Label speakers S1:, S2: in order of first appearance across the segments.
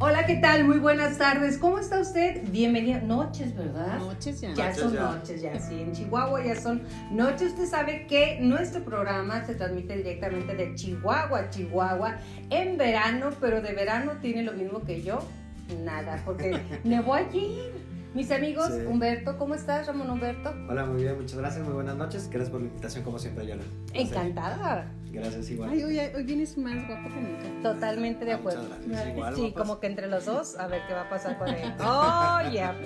S1: Hola, ¿qué tal? Muy buenas tardes. ¿Cómo está usted? Bienvenida. Noches, ¿verdad?
S2: Noches ya.
S1: Ya
S3: Noches
S1: son
S3: ya.
S1: noches, ya sí. En Chihuahua ya son noches. Usted sabe que nuestro programa se transmite directamente de Chihuahua a Chihuahua en verano, pero de verano tiene lo mismo que yo. Nada, porque me voy allí. Mis amigos,
S3: Sí.
S1: Humberto, ¿cómo estás, Ramón Humberto?
S3: Hola, muy bien, muchas gracias, muy buenas noches. Gracias por la invitación, como siempre, Yola.
S1: Encantada.
S3: Gracias, igual.
S2: Ay, hoy, hoy vienes más guapo que nunca.
S1: Totalmente de
S3: Ah, muchas
S1: acuerdo.
S3: gracias. Igual,
S1: sí,
S3: guapas.
S1: como que entre los dos, a ver qué va a pasar con él. ¡Oh, ya!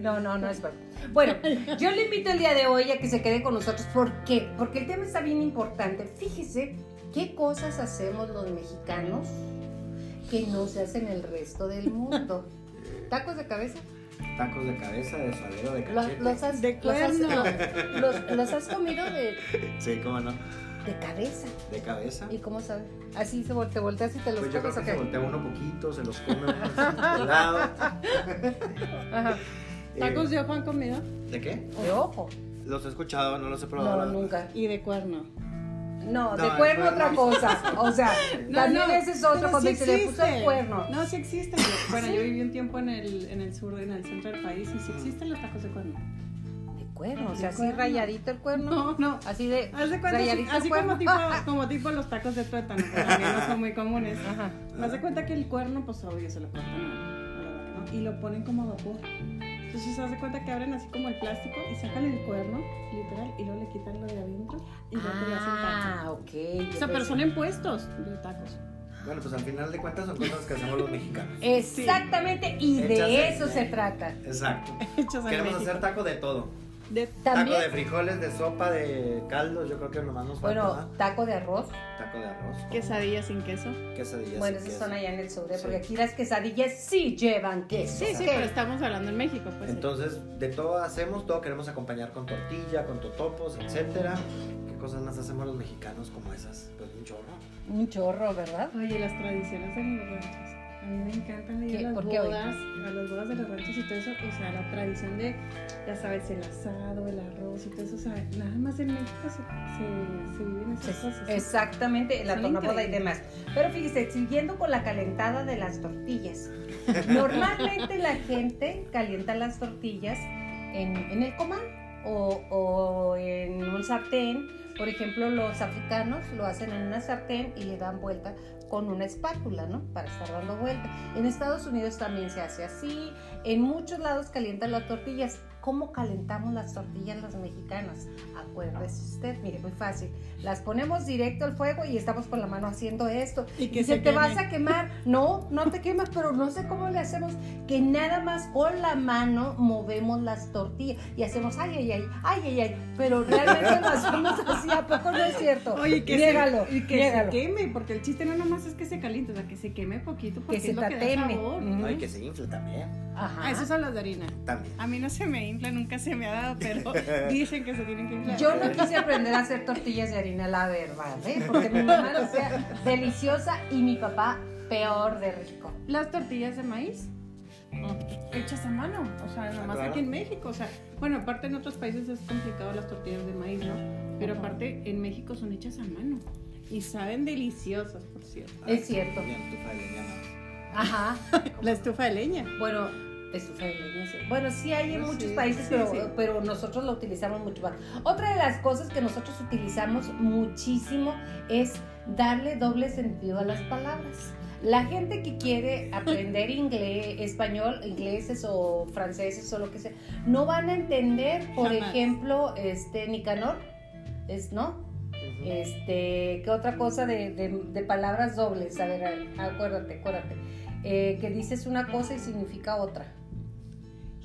S1: No, no, no es bueno. Bueno, yo le invito el día de hoy a que se quede con nosotros. ¿Por qué? Porque el tema está bien importante. Fíjese qué cosas hacemos los mexicanos que no se hacen el resto del mundo. ¿Tacos de cabeza?
S3: Tacos de cabeza, de suadero, de
S1: ¿Lo-
S3: cachete.
S1: ¿Los, has,
S2: De
S1: los, has,
S2: cuerno.
S1: los- los has comido de,
S3: Sí, cómo no.
S1: de cabeza?
S3: De cabeza.
S1: ¿Y cómo sabes? ¿Así se vol- te volteas y te los
S3: Pues yo creo
S1: comes
S3: que
S1: o
S3: se
S1: qué?
S3: voltea uno poquito, se los come uno así, de lado.
S1: Ajá.
S3: Eh,
S2: Tacos de ojo han comido
S3: ¿De qué?
S1: De ojo.
S3: Los he escuchado, no los he probado.
S1: No,
S3: la verdad.
S1: nunca.
S2: y de cuerno.
S1: No,
S3: No,
S1: de
S3: el
S1: cuerno
S3: cuerno
S1: otra
S3: no.
S1: cosa. O sea,
S2: No,
S1: también
S2: no,
S1: ese es otro
S2: pero
S1: cuando
S2: sí
S1: se le puso el
S2: existen.
S1: cuerno.
S2: No, sí Mm. existen. Yo- Bueno, yo viví un tiempo en el, en el sur, en el centro del país, y sí existen los tacos de cuerno.
S1: De cuerno, o sea,
S2: Ah, De
S1: así
S2: cuerno.
S1: rayadito el cuerno.
S2: No, no.
S1: Así de
S2: Haz de cuenta,
S1: rayadito
S2: así
S1: el cuerno.
S2: como tipo, como tipo los tacos de tuétano, que también no son muy comunes.
S1: Ajá.
S2: Haz de cuenta que el cuerno, pues obvio, se lo cortan a- a la vaca, ¿no? y lo ponen como a vapor. Entonces, haz de cuenta que abren así como el plástico y sacan el cuerno, literal, y luego le quitan lo de adentro y ya te lo hacen taco.
S1: Ah, ok.
S2: O sea, pero son impuestos de tacos.
S3: Bueno, pues al final de cuentas son cosas que hacemos los mexicanos.
S1: Exactamente, y
S3: Hechas
S1: de
S3: en-
S1: eso
S2: eh,
S1: se trata.
S3: Exacto.
S2: Hechos en
S3: Queremos
S2: México.
S3: hacer taco de todo.
S2: De-
S1: También,
S3: Taco de frijoles, de sopa, de caldo, yo creo que nomás nos falta.
S1: bueno,
S3: ¿verdad?
S1: taco de arroz.
S3: Taco de arroz,
S2: quesadillas sin queso.
S3: quesadillas.
S1: bueno,
S3: sin
S1: esas
S3: queso.
S1: son allá en el sur, ¿eh?
S3: Sí.
S1: porque aquí las quesadillas sí llevan queso.
S2: Sí, sí,
S1: ¿ok?
S2: pero estamos hablando en México, pues.
S3: Entonces, de todo hacemos, todo queremos acompañar con tortilla, con totopos, etcétera. ¿Qué cosas más hacemos los mexicanos como esas? Pues un chorro.
S1: Un chorro, ¿verdad?
S2: Oye, las tradiciones de los ranchos. A mí me encantan
S1: ¿Qué?
S2: ir a las
S1: ¿Por qué, oye?
S2: bodas, a las bodas de los ranchos y todo eso. O sea, la tradición de, ya sabes, el asado, el arroz y todo eso. O sea, nada más en México se, se, se viven esas cosas. ¿sí?
S1: Exactamente, la
S2: Son
S1: tornaboda y
S2: increíbles.
S1: demás. Pero fíjese, siguiendo con la calentada de las tortillas. Normalmente la gente calienta las tortillas en, en el comal o, o en un sartén. Por ejemplo, los africanos lo hacen en una sartén y le dan vuelta con una espátula, ¿no? Para estar dando vuelta. En Estados Unidos también se hace así. En muchos lados calientan las tortillas. ¿Cómo calentamos las tortillas las mexicanas? Acuérdese usted, mire, muy fácil. Las ponemos directo al fuego y estamos con la mano haciendo esto.
S2: Y que
S1: Y se
S2: se
S1: te
S2: queme.
S1: vas a quemar. No, no te quemas, pero no sé cómo le hacemos que nada más con la mano movemos las tortillas y hacemos ay, ay, ay, ay, ay, ay. Pero realmente lo hacemos así, ¿a poco no es cierto?
S2: Oye, que,
S1: Niégalo,
S2: se, y que
S1: niégalo.
S2: se queme, porque el chiste no nomás es que se caliente, o sea, que se queme poquito porque
S1: que se
S2: es lo que da
S1: tateme. Ah.
S2: sabor.
S1: Ujú.
S3: Ay, que se infla también.
S1: Ajá.
S2: Ah, esos son los de harina.
S3: También.
S2: A mí no se me infla, nunca se me ha dado, pero dicen que se tienen que inflar.
S1: Yo no quise aprender a hacer tortillas de harina, la verdad, ¿eh? porque mi mamá lo hacía deliciosa y mi papá peor de rico.
S2: Las tortillas de maíz hechas a mano, o sea, nomás
S3: Ah, claro.
S2: aquí en México, o sea, bueno, aparte en otros países es complicado las tortillas de maíz, ¿no? Pero aparte en México son hechas a mano y saben deliciosas, por cierto.
S3: Ay,
S1: cierto.
S3: Bien, tú padre, ya no.
S1: Ajá.
S2: La estufa de leña.
S1: Bueno, estufa de leña, sí. Bueno, sí hay en
S2: No
S1: muchos
S2: sé,
S1: países,
S2: sí,
S1: pero,
S2: sí.
S1: pero nosotros lo utilizamos mucho más. Otra de las cosas que nosotros utilizamos muchísimo es darle doble sentido a las palabras. La gente que quiere aprender inglés, español, ingleses o franceses o lo que sea, no van a entender, por
S2: Jamás.
S1: ejemplo, este Nicanor, es, ¿no?
S3: Ujú.
S1: Este, ¿qué otra cosa de, de- de palabras dobles? A ver, a- acuérdate, acuérdate. Eh, que dices una cosa y significa otra.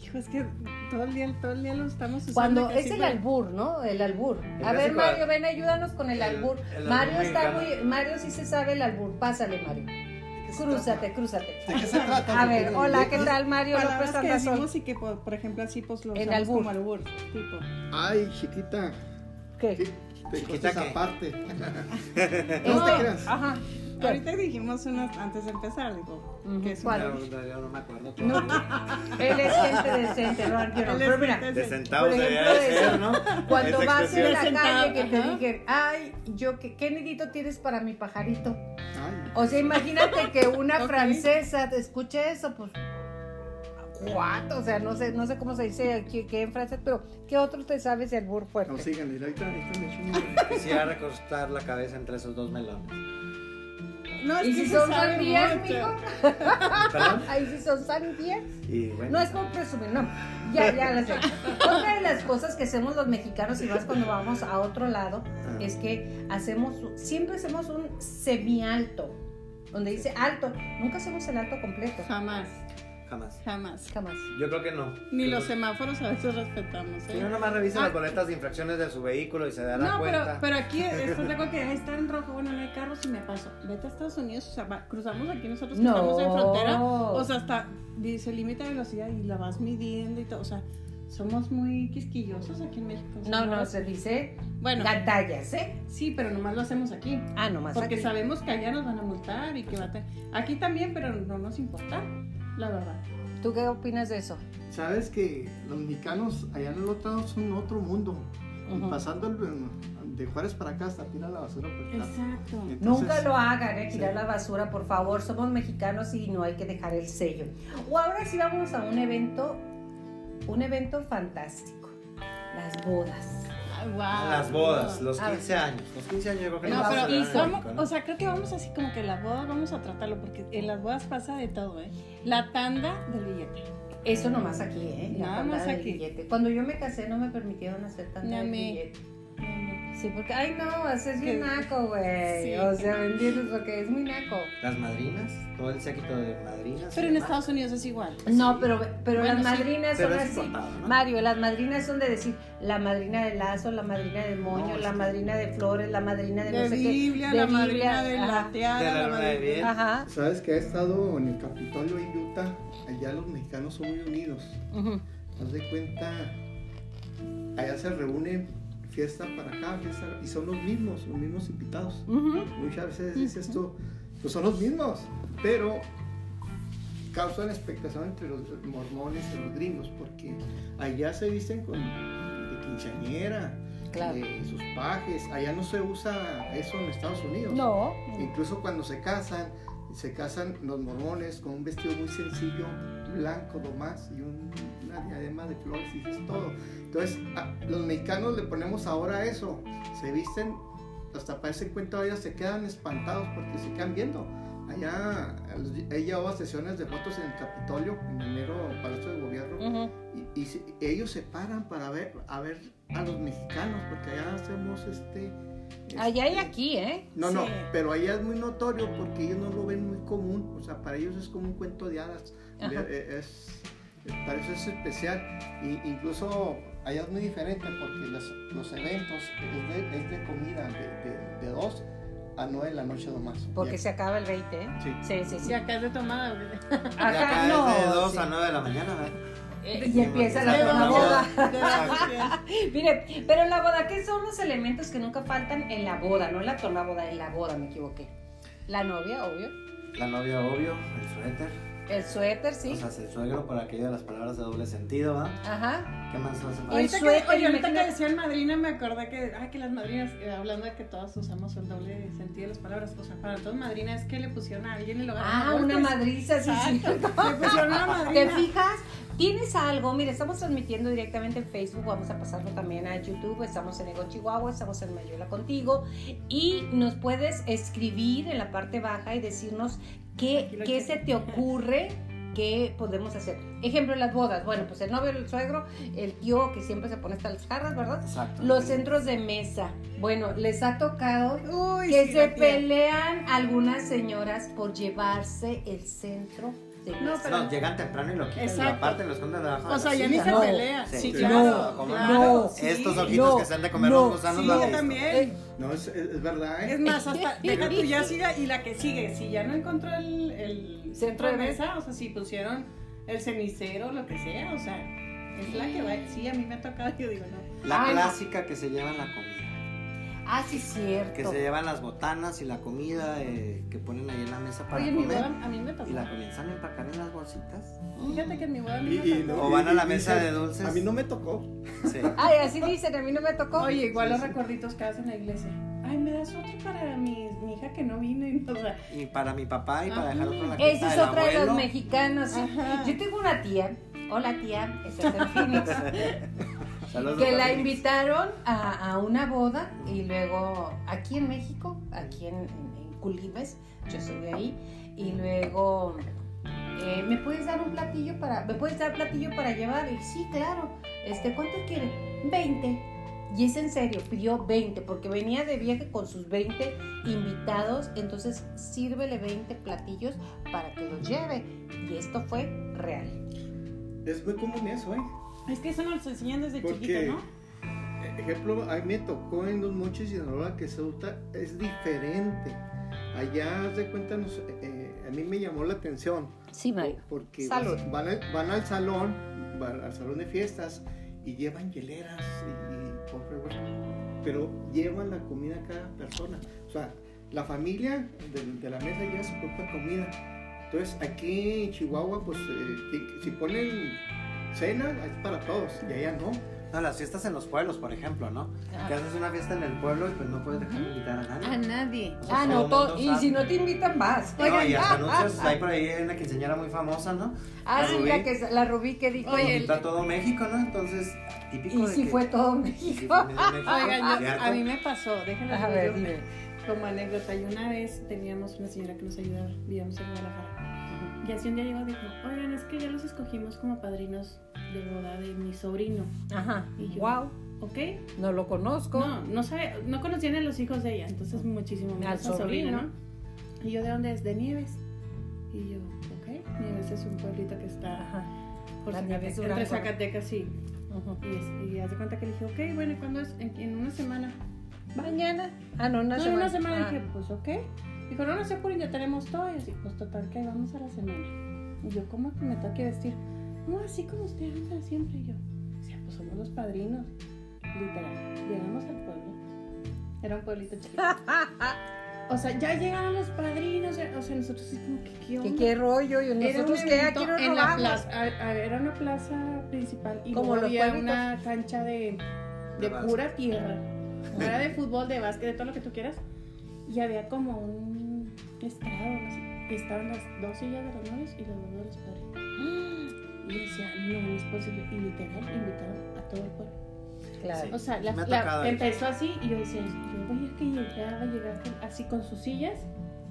S2: Hijo, es que todo el día, todo el día lo estamos usando.
S1: Cuando
S2: casi
S1: es el
S2: para-
S1: albur, ¿no? El albur.
S3: El
S1: a ver,
S3: clásico-
S1: Mario, ven, ayúdanos con el, albur.
S3: el albur
S1: Mario está
S3: mexicano.
S1: muy, Mario sí se sabe el albur. Pásale, Mario.
S3: ¿De qué se
S1: Crúzate, crúzate.
S3: trata? ¿De qué se trata?
S1: A ver, hola, ¿qué tal, Mario López
S2: Palabras que
S1: Andazón?
S2: decimos y que, por, por ejemplo, así pues lo
S1: En
S2: usamos
S1: albur.
S2: como albur, tipo.
S4: Ay, chiquita.
S1: ¿Qué?
S4: Te
S3: Chiquita,
S4: cosas
S3: ¿qué?
S4: aparte.
S1: Este-
S4: creas.
S2: Ajá.
S3: Bueno.
S2: Ahorita dijimos unas antes de empezar, digo,
S1: Ujú.
S2: que es
S1: ¿Cuál?
S2: una-
S3: Yo, yo no me acuerdo.
S1: No. Él es gente decente, no, yo no.
S2: Él es
S1: Pero mira,
S2: gente
S3: De
S1: Por
S3: sentados
S1: ejemplo,
S3: debería de
S1: eso.
S3: ser, ¿no?
S1: Cuando
S3: Esa
S1: vas en
S3: expresión.
S1: la calle
S2: Sentado,
S1: que te
S2: ajá.
S1: dije, ay, yo qué, qué nidito tienes para mi pajarito.
S3: Ay,
S1: O sea, imagínate que una
S2: Ok.
S1: francesa te escuche eso, pues. ¿What? O sea, no sé, no sé cómo se dice aquí que en francés, pero ¿qué otro te sabes el burro fuerte?
S4: No, síganle, ahorita, ahorita me echo un-
S3: Quisiera recostar la cabeza entre esos dos melones.
S2: No, es
S1: ¿Y
S2: que
S1: si
S2: se
S1: son
S2: sabe
S1: sandías,
S2: mucho.
S1: mijo?
S3: ¿Perdón?
S1: Ahí sí son sandías.
S3: Y bueno.
S1: No es por presumir, no. Ya, ya lo sé. Otra de las cosas que hacemos los mexicanos y más cuando vamos a otro lado
S3: ah,
S1: es que hacemos, siempre hacemos un semialto, donde dice alto. Nunca hacemos el alto completo.
S2: Jamás,
S3: Jamás.
S2: jamás.
S1: Jamás.
S3: Yo creo que no.
S2: Ni
S3: Yo
S2: los
S3: creo-
S2: semáforos a veces respetamos,
S3: Si no,
S2: ¿eh?
S3: nomás revisa
S2: Ah.
S3: las boletas de infracciones de su vehículo y se dará
S2: No, pero,
S3: cuenta.
S2: pero aquí esto es algo que "Ay, está en rojo, bueno, no hay carros y me paso. Vete a Estados Unidos, o sea, va- cruzamos aquí nosotros Pues que estamos en frontera. O sea, hasta dice límite de velocidad y la vas midiendo y todo. O sea, somos muy quisquillosos aquí en México.
S1: no, no,
S2: sé.
S1: se dice
S2: Bueno,
S1: gandallas, ¿eh?
S2: sí, pero nomás lo hacemos aquí.
S1: Ah, nomás.
S2: Porque
S1: aquí.
S2: sabemos que allá nos van a multar y que va a tener. Aquí también, pero no nos importa, la verdad.
S1: ¿Tú qué opinas de eso?
S4: Sabes que los mexicanos allá en el otro lado son otro mundo.
S1: Ujú.
S4: Pasando el- de Juárez para acá hasta tirar la basura pues, por acá.
S2: Exacto.
S4: Entonces,
S1: Nunca lo hagan, ¿eh? tirar
S4: sí.
S1: la basura, por favor. Somos mexicanos y no hay que dejar el sello. O ahora sí vamos a un evento, un evento fantástico. Las bodas.
S2: Ay, wow.
S3: Las bodas, los
S1: Ah.
S3: 15 años. Los 15 años yo creo que
S2: No,
S3: más
S2: pero
S3: se dan
S2: y
S3: en
S2: cómo-
S3: México, ¿no?
S2: o sea, creo que vamos así como que las bodas vamos a tratarlo, porque en las bodas pasa de todo, ¿eh? La tanda del billete.
S1: Eso nomás aquí, ¿eh? La
S2: Nada
S1: tanda
S2: más
S1: del
S2: aquí.
S1: billete. Cuando yo me casé no me permitieron hacer
S2: Ni
S1: tanta
S2: a
S1: del
S2: mí.
S1: billete. Sí, porque, ay no, haces bien
S2: Que-
S1: naco, güey.
S2: Sí.
S1: O sea, ¿me entiendes? Porque es muy naco.
S3: Las madrinas, todo el séquito de madrinas.
S2: Pero
S3: y
S2: en
S3: demás.
S2: Estados Unidos es igual.
S1: No, pero, pero
S2: Bueno,
S1: las
S2: sí,
S1: madrinas
S3: Pero
S1: son
S3: es
S1: así.
S3: importado, ¿no?
S1: Mario, las madrinas son de decir la madrina de lazo, la madrina de moño,
S4: No, es
S1: la
S4: que-
S1: madrina de flores, la madrina de,
S2: De
S1: no sé
S2: Biblia,
S1: qué.
S2: la
S1: Biblia,
S2: madrina de
S1: ajá,
S2: la teada,
S3: De la
S2: la
S3: luna de
S2: madrina-
S3: miel.
S1: Ajá.
S4: Sabes que he estado en el Capitolio en Utah. Allá los mexicanos son muy unidos.
S1: ujú.
S4: Haz de cuenta, allá se reúnen fiesta para acá, fiesta, y son los mismos, los mismos invitados. Muchas veces dices tú, pues son los mismos, pero causan expectación entre los mormones y los gringos, porque allá se visten con de quinceañera,
S1: Claro.
S4: de sus pajes, allá no se usa eso en Estados Unidos.
S1: No.
S4: Incluso cuando se casan, se casan los mormones con un vestido muy sencillo, blanco nomás, y un- una diadema de flores, y eso es todo. Entonces, a- los mexicanos le ponemos ahora eso. Se visten, hasta parece cuenta ellos se quedan espantados porque se quedan viendo. Allá, ella hubo sesiones de fotos en el Capitolio, en el mero Palacio de Gobierno,
S1: ujú.
S4: y, y se- ellos se paran para ver a, ver a los mexicanos, porque allá hacemos este...
S1: Allá y
S4: este,
S1: aquí, ¿eh?
S4: no, no,
S2: Sí.
S4: pero allá es muy notorio porque ellos no lo ven muy común. O sea, para ellos es como un cuento de hadas.
S1: Ajá.
S4: Le- eh, Es, para eso es especial. Y, incluso allá es muy diferente porque las- los eventos es de, es de comida, de, de, de dos a nueve de la noche nomás.
S1: Porque
S4: Ya.
S1: se acaba el 20, ¿eh?
S4: Sí.
S1: Sí, sí,
S2: Y
S1: sí.
S2: acá es de tomada, ¿verdad?
S3: Y acá es de 2
S1: sí.
S3: a 9 de la mañana, ¿verdad?
S1: Eh, Y empieza la
S3: De
S1: nueva
S3: dos.
S1: boda.
S2: De verdad, sí.
S1: Mire, pero en la boda, ¿qué son los elementos que nunca faltan en la boda? No en la torna boda, en la boda, me equivoqué. La novia, obvio.
S3: La novia, obvio, el suéter.
S1: El suéter, sí.
S3: O sea, el suegro por aquello de las palabras de doble sentido, ¿verdad?
S1: Ajá.
S3: ¿Qué más hace falta?
S1: El
S2: Ahorita que,
S1: suéter,
S2: oye, ahorita
S1: imagínate.
S2: que decían madrina, me acordé que, ay, que las madrinas, eh, hablando de que todas usamos el doble sentido de las palabras, o sea, para todos madrina es que le pusieron a alguien y lo
S1: Ah, una madriza, sí, sí.
S2: Le pusieron una
S1: ¿Te
S2: madrina.
S1: fijas? Tienes algo, mire, estamos transmitiendo directamente en Facebook, vamos a pasarlo también a YouTube, estamos en Ego Chihuahua, estamos en Mayola contigo y nos puedes escribir en la parte baja y decirnos
S2: Aquí
S1: qué,
S2: lo
S1: qué
S2: checo.
S1: se te ocurre que podemos hacer. Ejemplo, en las bodas, bueno, pues el novio, el suegro, el tío que siempre se pone hasta las jarras, ¿verdad?
S3: Exacto.
S1: Los centros de mesa, bueno, les ha tocado
S2: Uy,
S1: que
S2: sí,
S1: se
S2: la tía.
S1: pelean algunas señoras por llevarse el centro de mesa.
S2: No, pero-
S3: No, llegan temprano y lo quitan y
S2: Exacto.
S3: aparte lo esconden debajo de
S2: O
S3: la
S2: sea, ya
S3: silla.
S2: ni se
S1: No,
S2: pelea.
S3: sí,
S2: Sí,
S3: sí.
S2: claro.
S1: No,
S2: claro,
S1: no.
S2: sí.
S3: Estos ojitos
S1: no,
S3: que se han de comer
S1: no,
S3: los gusanos
S2: Sí,
S3: ¿lo has
S2: yo
S3: visto?
S2: también.
S4: No, es, es- es verdad, ¿eh?
S2: Es más, hasta deja tu ya siga y la que sigue. Si ya no encontró el, el
S1: Centro de
S2: mesa, o sea, si pusieron el cenicero, lo que sea, o sea, es la que va. Sí, a mí me ha tocado, yo digo, no.
S3: La
S1: Ay, no.
S3: clásica que se lleva la comida.
S1: Ah, sí, cierto.
S3: Que se llevan las botanas y la comida eh, que ponen ahí en la mesa para
S2: Oye, en mi boda
S3: comer.
S2: a mí me pasó.
S3: Y la comienzan a empacar en las bolsitas.
S2: Fíjate que en mi boda a mí
S4: Y-
S2: me
S4: y
S2: pasó.
S4: no-
S3: O van a la
S4: y- y
S3: mesa
S4: dice,
S3: de dulces.
S4: A mí no me tocó.
S3: Sí.
S1: Ay, así dicen, a mí no me tocó.
S2: Oye, igual
S4: Sí,
S2: los
S4: sí.
S2: recuerditos que haces en la iglesia. Ay, me das otro para mi, mi hija que no vino. y no- O sea,
S3: Y para mi papá y para
S2: Ajá.
S3: dejarlo con la
S1: Esa
S3: quinta
S1: es
S3: del
S1: otra de los
S3: abuelo.
S1: mexicanos. sí.
S2: Ajá.
S1: Yo tengo una tía, hola tía, estás en Phoenix,
S3: Saludos,
S1: que la
S3: Phoenix.
S1: invitaron a, a una boda y luego aquí en México, aquí en, en- en Culimes, yo soy de ahí, y luego, eh, ¿me puedes dar un platillo para, me puedes dar platillo para llevar? Y sí, claro, este, ¿cuánto quiere? 20. Y es en serio, pidió 20, porque venía de viaje con sus 20 invitados, entonces sírvele 20 platillos para que los lleve. Y esto fue real.
S4: Es muy común eso, ¿eh?
S2: es que eso nos lo enseñan desde
S4: Porque-
S2: chiquitos, ¿no?
S4: Ejemplo, a mí me tocó en Los Mochis, Sinaloa, que Ceuta es diferente. Allá, haz de cuenta, nos- eh, a mí me llamó la atención.
S1: Sí, Mario.
S4: Porque
S1: Salud.
S4: vas- Van, al, van al salón, van al salón de fiestas y llevan hieleras y, y compran, bueno, pero llevan la comida a cada persona. O sea, la familia de, de la mesa lleva su propia comida. Entonces, aquí en Chihuahua, pues, eh, si- si ponen cena, es para todos y allá no.
S3: No, las fiestas en los pueblos, por ejemplo, ¿no?
S1: Ah.
S3: Que haces una fiesta en el pueblo y pues no puedes dejar de invitar a
S5: A
S3: nadie.
S5: nadie.
S3: O sea,
S1: Ah, no,
S3: todo el
S1: todo,
S3: mundo
S1: y
S3: sabe.
S1: si no te invitan, vas.
S3: No, y hasta
S1: ah,
S3: anuncios,
S1: ah,
S3: hay por ahí una quinceañera muy famosa, ¿no?
S1: ah, sí, la,
S3: Rubí.
S1: que, la Rubí que dijo.
S5: Oye,
S3: Invitó a todo México, ¿no? Entonces, típico
S1: y
S3: de
S1: si
S3: que-
S1: fue todo
S3: y si
S1: México.
S3: fue medio México,
S2: Oigan, yo-
S3: ¿cierto?
S2: a mí me pasó, déjenme
S1: A ver, dime.
S2: como anécdota. Y una vez teníamos una señora que nos ayudaba, vivíamos en Guadalajara. Y así un día llegó y dijo, oigan, es que ya los escogimos como padrinos de boda de mi sobrino,
S1: Ajá.
S2: Y yo-
S1: Wow,
S2: ¿ok?
S1: no lo conozco.
S2: No, no, sabe, no conocían a los hijos de ella, entonces muchísimo menos
S1: Al
S2: a sobrino.
S1: sobrino.
S2: ¿no? Y yo, ¿de dónde es? De Nieves. Y yo, ok, Nieves es un pueblito que está
S1: Ajá.
S2: por
S1: La Nieves
S2: Zacatecas, entre
S1: Durango.
S2: Zacatecas, sí. Y, es- y haz de cuenta que le dije, ok, bueno, ¿y cuándo es? En, en una semana. Va.
S1: Mañana. Ah, no, una
S2: No, en
S1: semana.
S2: una semana
S1: Ah.
S2: dije, pues ok. Dijo, no, no se apuren, ya tenemos todo. Y así, pues total, que ahí vamos a la semana. Y yo, ¿cómo que me tengo que vestir? No, así como usted anda siempre. Y yo, o sea, pues somos los padrinos. Literal, llegamos al pueblo. Era un pueblito chiquito.
S1: Ah,
S2: o sea, ya llegaron los padrinos. ya- O sea, nosotros así como que qué onda?
S1: ¿Qué, qué rollo? Yo,
S2: Era un
S1: nosotros que
S2: evento
S1: aquí nos
S2: en la
S1: robamos.
S2: plaza, a- a- era una plaza principal y
S1: Como
S2: luego
S1: los
S2: había
S1: pueblitos.
S2: una cancha de,
S3: De
S2: de
S3: básquet.
S2: pura tierra. Era de fútbol, de básquet, de todo lo que tú quieras. Y había como un estrado, no sé, y estaban las dos sillas de los novios y las dos de los padres. Y yo decía, no, no es posible. Y literal, invitaron a todo el pueblo.
S1: Claro.
S2: O sea, la,
S3: Me ha
S2: la-
S3: tocado eso.
S2: empezó así y yo decía, yo veía que llegaba, llegaste así con sus sillas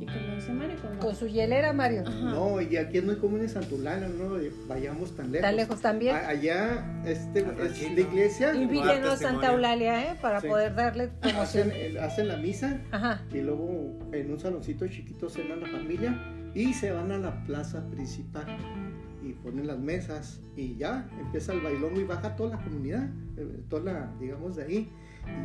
S2: y como dice Mario, con, la-
S1: Con su hielera, Mario.
S2: Ajá.
S4: No, y aquí es muy común en Santulana, ¿no? De- Vayamos tan lejos.
S1: Está lejos también.
S3: Ah,
S4: A- allá, este,
S3: Al
S4: es
S3: ranchito.
S4: la iglesia,
S1: Invítenos a Santa
S3: testimonio.
S1: Eulalia, ¿eh? Para
S4: Sí.
S1: poder darle promoción.
S4: hacen, eh, hacen la misa
S1: Ajá.
S4: y luego en un saloncito chiquito cenan la familia y se van a la plaza principal y ponen las mesas y ya empieza el bailón y baja toda la comunidad, eh, toda la, digamos, de ahí.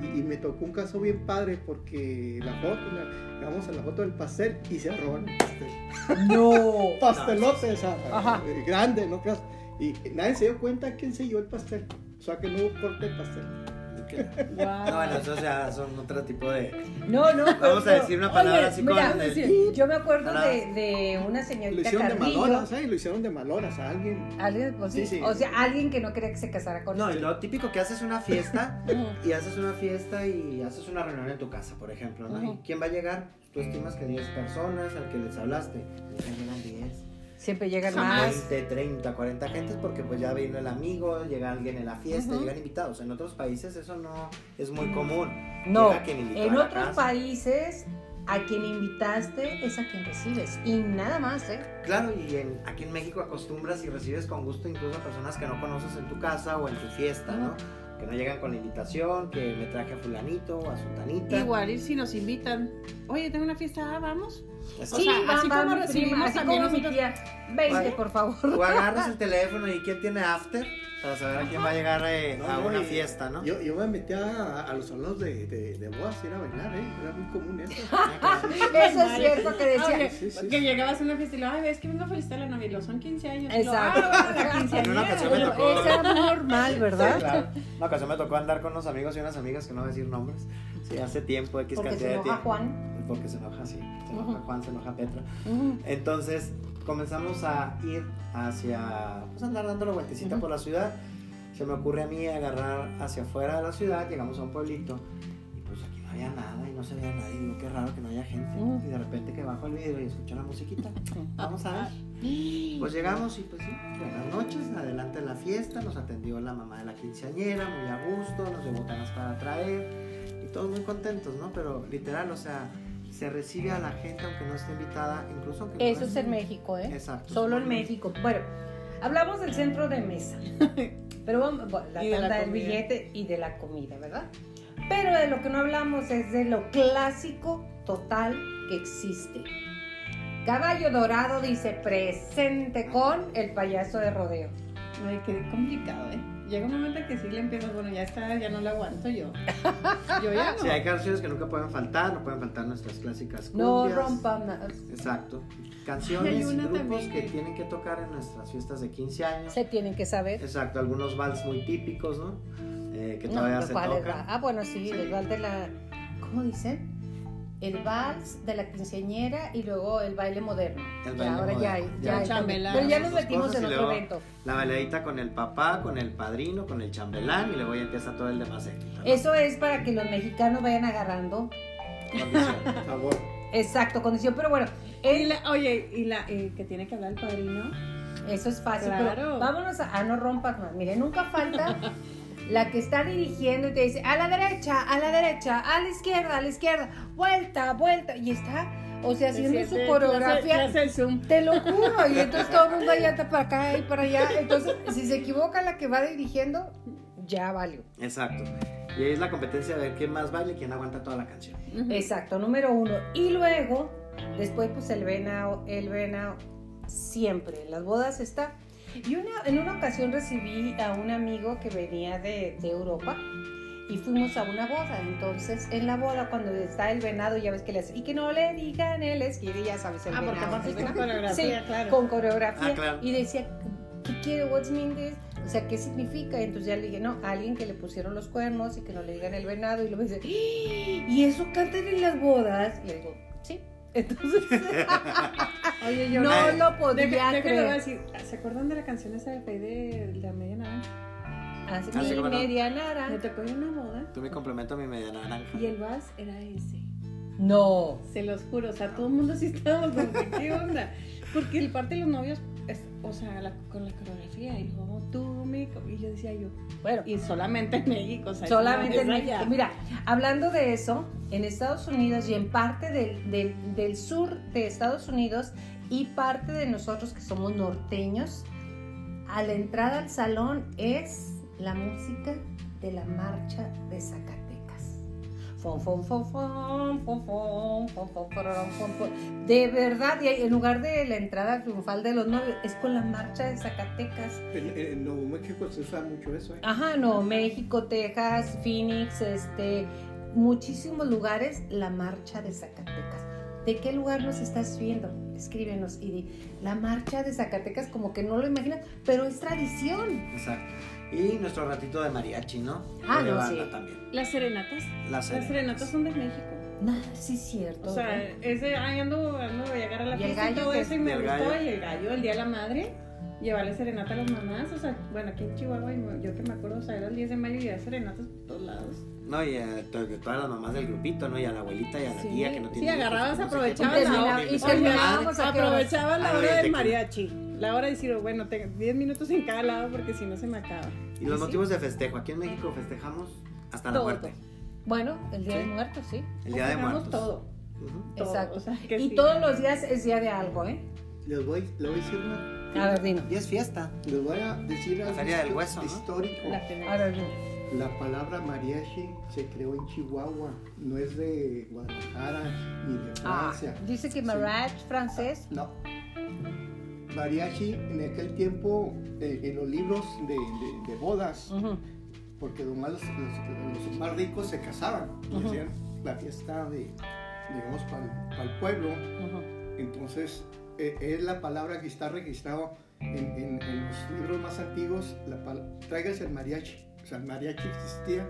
S4: Y, y me tocó un caso bien padre porque la foto, la- llegamos a la foto del pastel y se roban el pastel.
S1: No.
S4: Pastelotes,
S1: Ajá.
S4: eh, grande, ¿no creas? Y nadie se dio cuenta quién se llevó el pastel. O sea que no hubo corte de pastel.
S3: Que- No, bueno, eso ya son otro tipo de...
S1: No, no.
S3: Vamos a
S1: pero-
S3: decir una palabra
S1: Oye,
S3: así
S1: mira,
S3: con
S1: vamos a
S3: el-
S1: decir, Yo me acuerdo
S3: Nada.
S1: de, de una
S4: Lo
S1: señorita
S4: hicieron de
S1: Carrillo.
S4: maloras, ¿eh? Lo hicieron de maloras a alguien.
S1: Alguien, pues, sí,
S4: Sí, sí.
S1: O sea, alguien que no quería que se casara con
S3: No, y
S1: él.
S3: lo típico que haces una fiesta y haces una fiesta y haces una reunión en tu casa, por ejemplo, ¿no? ¿Y quién va a llegar? Tú estimas que 10 personas al que les hablaste. Ya llegan 10.
S1: Siempre llegan más.
S3: 20, 30, 40 gentes porque pues ya vino el amigo, llega alguien en la fiesta, llegan invitados. En otros países eso no es muy común.
S1: No,
S3: Llega quien invitó
S1: en
S3: a la
S1: otros
S3: casa.
S1: países a quien invitaste es a quien recibes y nada más, ¿eh?
S3: Claro, y en- aquí en México acostumbras y recibes con gusto incluso a personas que no conoces en tu casa o en tu fiesta, ¿no? Que no llegan con la invitación, que me traje a fulanito o a sutanita.
S5: Igual, y si nos invitan. Oye, tengo una fiesta, ah, vamos.
S3: Eso
S5: O
S1: Sí,
S3: sí.
S5: sea,
S1: va-
S5: así
S1: va
S5: como
S1: mi
S5: recibimos
S1: prima, así
S5: también
S1: como mi
S5: nosotros-
S1: tía. 20,
S3: Vale.
S1: por favor.
S3: O agarras el teléfono y quién tiene after para saber a quién va a llegar eh,
S4: No,
S3: a
S4: no,
S3: una
S4: y-
S3: fiesta, ¿no?
S4: Yo, yo me metía a, a los salones de, de, de bodas y era a bailar, ¿eh? Era muy común eso.
S3: Ah, claro.
S1: Eso es cierto que decía.
S2: Ahora,
S4: Sí, sí,
S2: Ah, Que
S4: sí.
S2: llegabas a una fiesta y lo, ay, es que vengo a felicitar a la novia, y lo son 15 años. Y lo,
S1: Exacto.
S2: "Ah, la quinceañera".
S3: En una ocasión me
S1: Pero
S3: tocó.
S1: es algo normal, ¿verdad?
S3: Sí, claro. Una ocasión me tocó andar con unos amigos y unas amigas que no voy a decir nombres. Sí, hace tiempo, X
S1: Porque
S3: cantidad
S1: se
S3: de
S1: enoja
S3: tiempo.
S1: Juan.
S3: Porque se enoja, sí. Se enoja
S1: Ujú.
S3: Juan, se enoja Petra.
S1: Ujú.
S3: Entonces comenzamos a ir hacia, pues andar dando la vueltecita
S1: Ujú.
S3: por la ciudad. Se me ocurre a mí agarrar hacia afuera de la ciudad, llegamos a un pueblito y pues aquí no había nada y no se veía nadie. Digo, qué raro que no haya gente.
S1: Ujú.
S3: Y de repente que bajo el vidrio y escucho la musiquita. Vamos a ver. Pues llegamos y pues sí, buenas noches, adelante la fiesta, nos atendió la mamá de la quinceañera, muy a gusto, nos dio botanas para traer y todos muy contentos, ¿no? Pero literal, o sea, se recibe a la gente aunque no esté invitada, incluso aunque no
S1: Eso es en México, ¿eh?
S2: Pues
S3: Exacto.
S1: Solo en México. Bueno, hablamos del centro de mesa. Pero vamos, bueno, la
S2: Y de la
S1: tanda del
S2: comida.
S1: billete y de la comida, ¿verdad? Pero de lo que no hablamos es de lo clásico total que existe. Caballo Dorado dice presente con el payaso de rodeo.
S2: Ay, qué complicado, ¿eh? Llega un momento que sí le empiezas, bueno, ya está, ya no la aguanto yo. Yo ya no.
S3: Sí, hay canciones que nunca pueden faltar, no pueden faltar nuestras clásicas
S2: Oh,
S1: No
S3: cumbias.
S1: rompan nada.
S3: Exacto.
S2: Ay, hay
S3: Canciones y
S2: una
S3: grupos
S2: también
S3: que
S2: que-
S3: tienen que tocar en nuestras fiestas de 15 años.
S1: Se tienen que saber.
S3: Exacto, algunos vals muy típicos, ¿no? Eh, que
S1: No,
S3: todavía
S1: pero
S3: se
S1: ¿cuál es
S3: tocan.
S1: va- Ah, bueno, sí,
S3: Sí.
S1: el vals de la. ¿Cómo dicen? El vals de la quinceañera y luego el baile moderno.
S3: El
S1: Que
S3: baile
S1: ahora ya hay.
S3: moderno.
S1: Ya
S3: Ya,
S1: hay también.
S2: chambelán,
S1: Pero ya
S3: esas
S1: nos
S3: dos
S1: metimos
S3: cosas
S1: en
S3: y
S1: otro
S3: luego-
S1: evento.
S3: La baladita con el papá, con el padrino, con el chambelán y luego ya empieza todo el demás éxito.
S1: Eso es para que los mexicanos vayan agarrando.
S4: Por
S3: "Ah,
S4: favor.
S1: Exacto, condición. Pero bueno,
S2: Y
S1: el-
S2: la- oye, y la eh, que tiene que hablar el padrino.
S1: eso es fácil. Pero
S2: Claro.
S1: vámonos a, a no rompas más. Mire, nunca falta la que está dirigiendo y te dice a la derecha, a la derecha, a la izquierda, a la izquierda, vuelta, vuelta. Y está, o sea, haciendo su
S2: Siente-
S1: coreografía.
S2: le hace- le hace el zoom.
S1: Te lo juro, y entonces todo el mundo allá está para acá y para allá. Entonces, si se equivoca la que va dirigiendo, ya valió.
S3: Exacto. Y ahí es la competencia de ver quién más baila y quién aguanta toda la canción.
S1: Exacto, número uno. Y luego, después, pues el venao, el venao siempre, en las bodas está. Y una, en una ocasión recibí a un amigo que venía de, de Europa y fuimos a una boda. Entonces, en la boda, cuando está el venado, ya ves que le hace, y que no le digan el esquí, ya sabes, el
S2: Ah, porque
S1: venado.
S2: aparte
S1: el
S2: está
S1: venado.
S2: coreografía, claro.
S1: con coreografía
S3: Ah, claro.
S1: y decía ¿qué quiere? What's mean this? O sea, ¿qué significa? Y entonces ya le dije, no, alguien que le pusieron los cuernos y que no le digan el venado y luego dice, "¡Ah! ¿y eso cantan en las bodas? Y le digo, sí. Entonces,
S2: Oye, yo
S1: no lo podía
S2: Deja- déjalo
S1: creer.
S2: decir. ¿Se acuerdan de la canción esa del pay de la media naranja?
S1: Así
S3: Ah, sí,
S1: que
S3: cómo no.
S1: media
S2: Me
S1: naranja.
S2: tocó en una boda
S3: Tú me complemento a mi media naranja.
S2: y el vals era ese.
S1: No.
S2: Se los juro, o sea, todo el mundo sí estábamos como, que, ¿qué onda? Porque el parte de los novios, es- o sea, la- con la coreografía, y luego tú, me, y yo decía yo,
S1: Bueno,
S2: y solamente en México, o sea,
S1: solamente en
S2: es
S1: México.
S2: allá.
S1: Mira, hablando de eso, en Estados Unidos y en parte del, del- del sur de Estados Unidos y parte de nosotros que somos norteños, a la entrada al salón es la música de la marcha de Zacatecas. Fon, fon, fon, fon, fon, fon, fon, fon, fon, fon, fon. De verdad, y en lugar de la entrada triunfal de los novios, es con la marcha de Zacatecas.
S4: En, en Nuevo México se usa mucho eso, ¿eh?
S1: Ajá, no, México, Texas, Phoenix, este, muchísimos lugares, la marcha de Zacatecas. ¿De qué lugar nos estás viendo? Escríbenos y di, la marcha de Zacatecas como que no lo imaginas, pero es tradición.
S3: Exacto. Y nuestro ratito de mariachi, ¿no?
S1: Ah,
S3: De
S1: no,
S3: banda
S1: sí.
S3: también.
S2: Las serenatas,
S3: Las
S2: las serenatas son de México.
S1: No, sí es cierto. ¿eh?
S2: O sea, ese, ay, ando, ando a llegar a la
S1: Y el
S2: fiesta y pues,
S1: gallo,
S2: todo
S1: ¿qué?
S2: eso, y me
S3: Y el
S2: gustó,
S3: gallo.
S2: y el gallo, el día de la madre, llevarle serenata a las mamás, o sea, bueno, aquí en Chihuahua, y me- yo que me acuerdo, o sea, era el 10 de mayo y había serenatas por todos lados.
S3: No, y a to- de todas las mamás del grupito, ¿no? Y a la abuelita y a la
S2: Sí.
S3: tía que no
S2: Sí,
S3: tiene.
S2: agarrabas, aprovechabas
S1: la hora. Y terminábamos
S3: terminábamos.
S1: ¿a qué horas?
S2: Aprovechaba
S3: A
S2: la
S3: la
S2: hora
S3: hora de
S2: del
S3: que-
S2: mariachi, la hora de decir, bueno, tengo 10 minutos en cada lado porque si no se me acaba.
S3: Y los
S2: Sí.
S3: motivos de festejo. Aquí en México festejamos hasta la
S2: Todo.
S3: muerte.
S1: bueno, el Día
S3: Sí.
S1: de Muertos, sí.
S3: El día de
S2: Festejamos
S3: muertos.
S2: todo,
S3: Ujú.
S2: todo,
S1: Exacto.
S2: o sea, que
S1: Y
S2: sí.
S1: todos los días es día de algo, ¿eh?
S4: Les voy, les voy a decir una-
S1: A ver, dino.
S3: Y es fiesta.
S4: les voy a decir algo
S3: Feria del
S4: histo-
S3: Hueso, ¿no?
S4: histórico.
S2: La tenemos.
S1: A ver, dino.
S4: La palabra mariachi se creó en Chihuahua, no es de Guadalajara ni de
S1: Ah,
S4: Francia.
S1: dice que Marach francés.
S4: No. Mariachi en aquel tiempo, eh, en los libros de, de- de bodas,
S2: Ah.
S1: Ujú.
S4: porque nomás los, los- los más ricos se casaban y hacían la fiesta de, digamos, para, al pueblo. Entonces, eh, es la palabra que está registrado en, en- en los libros más antiguos. La pal- traigas el mariachi. O sea, el mariachi existía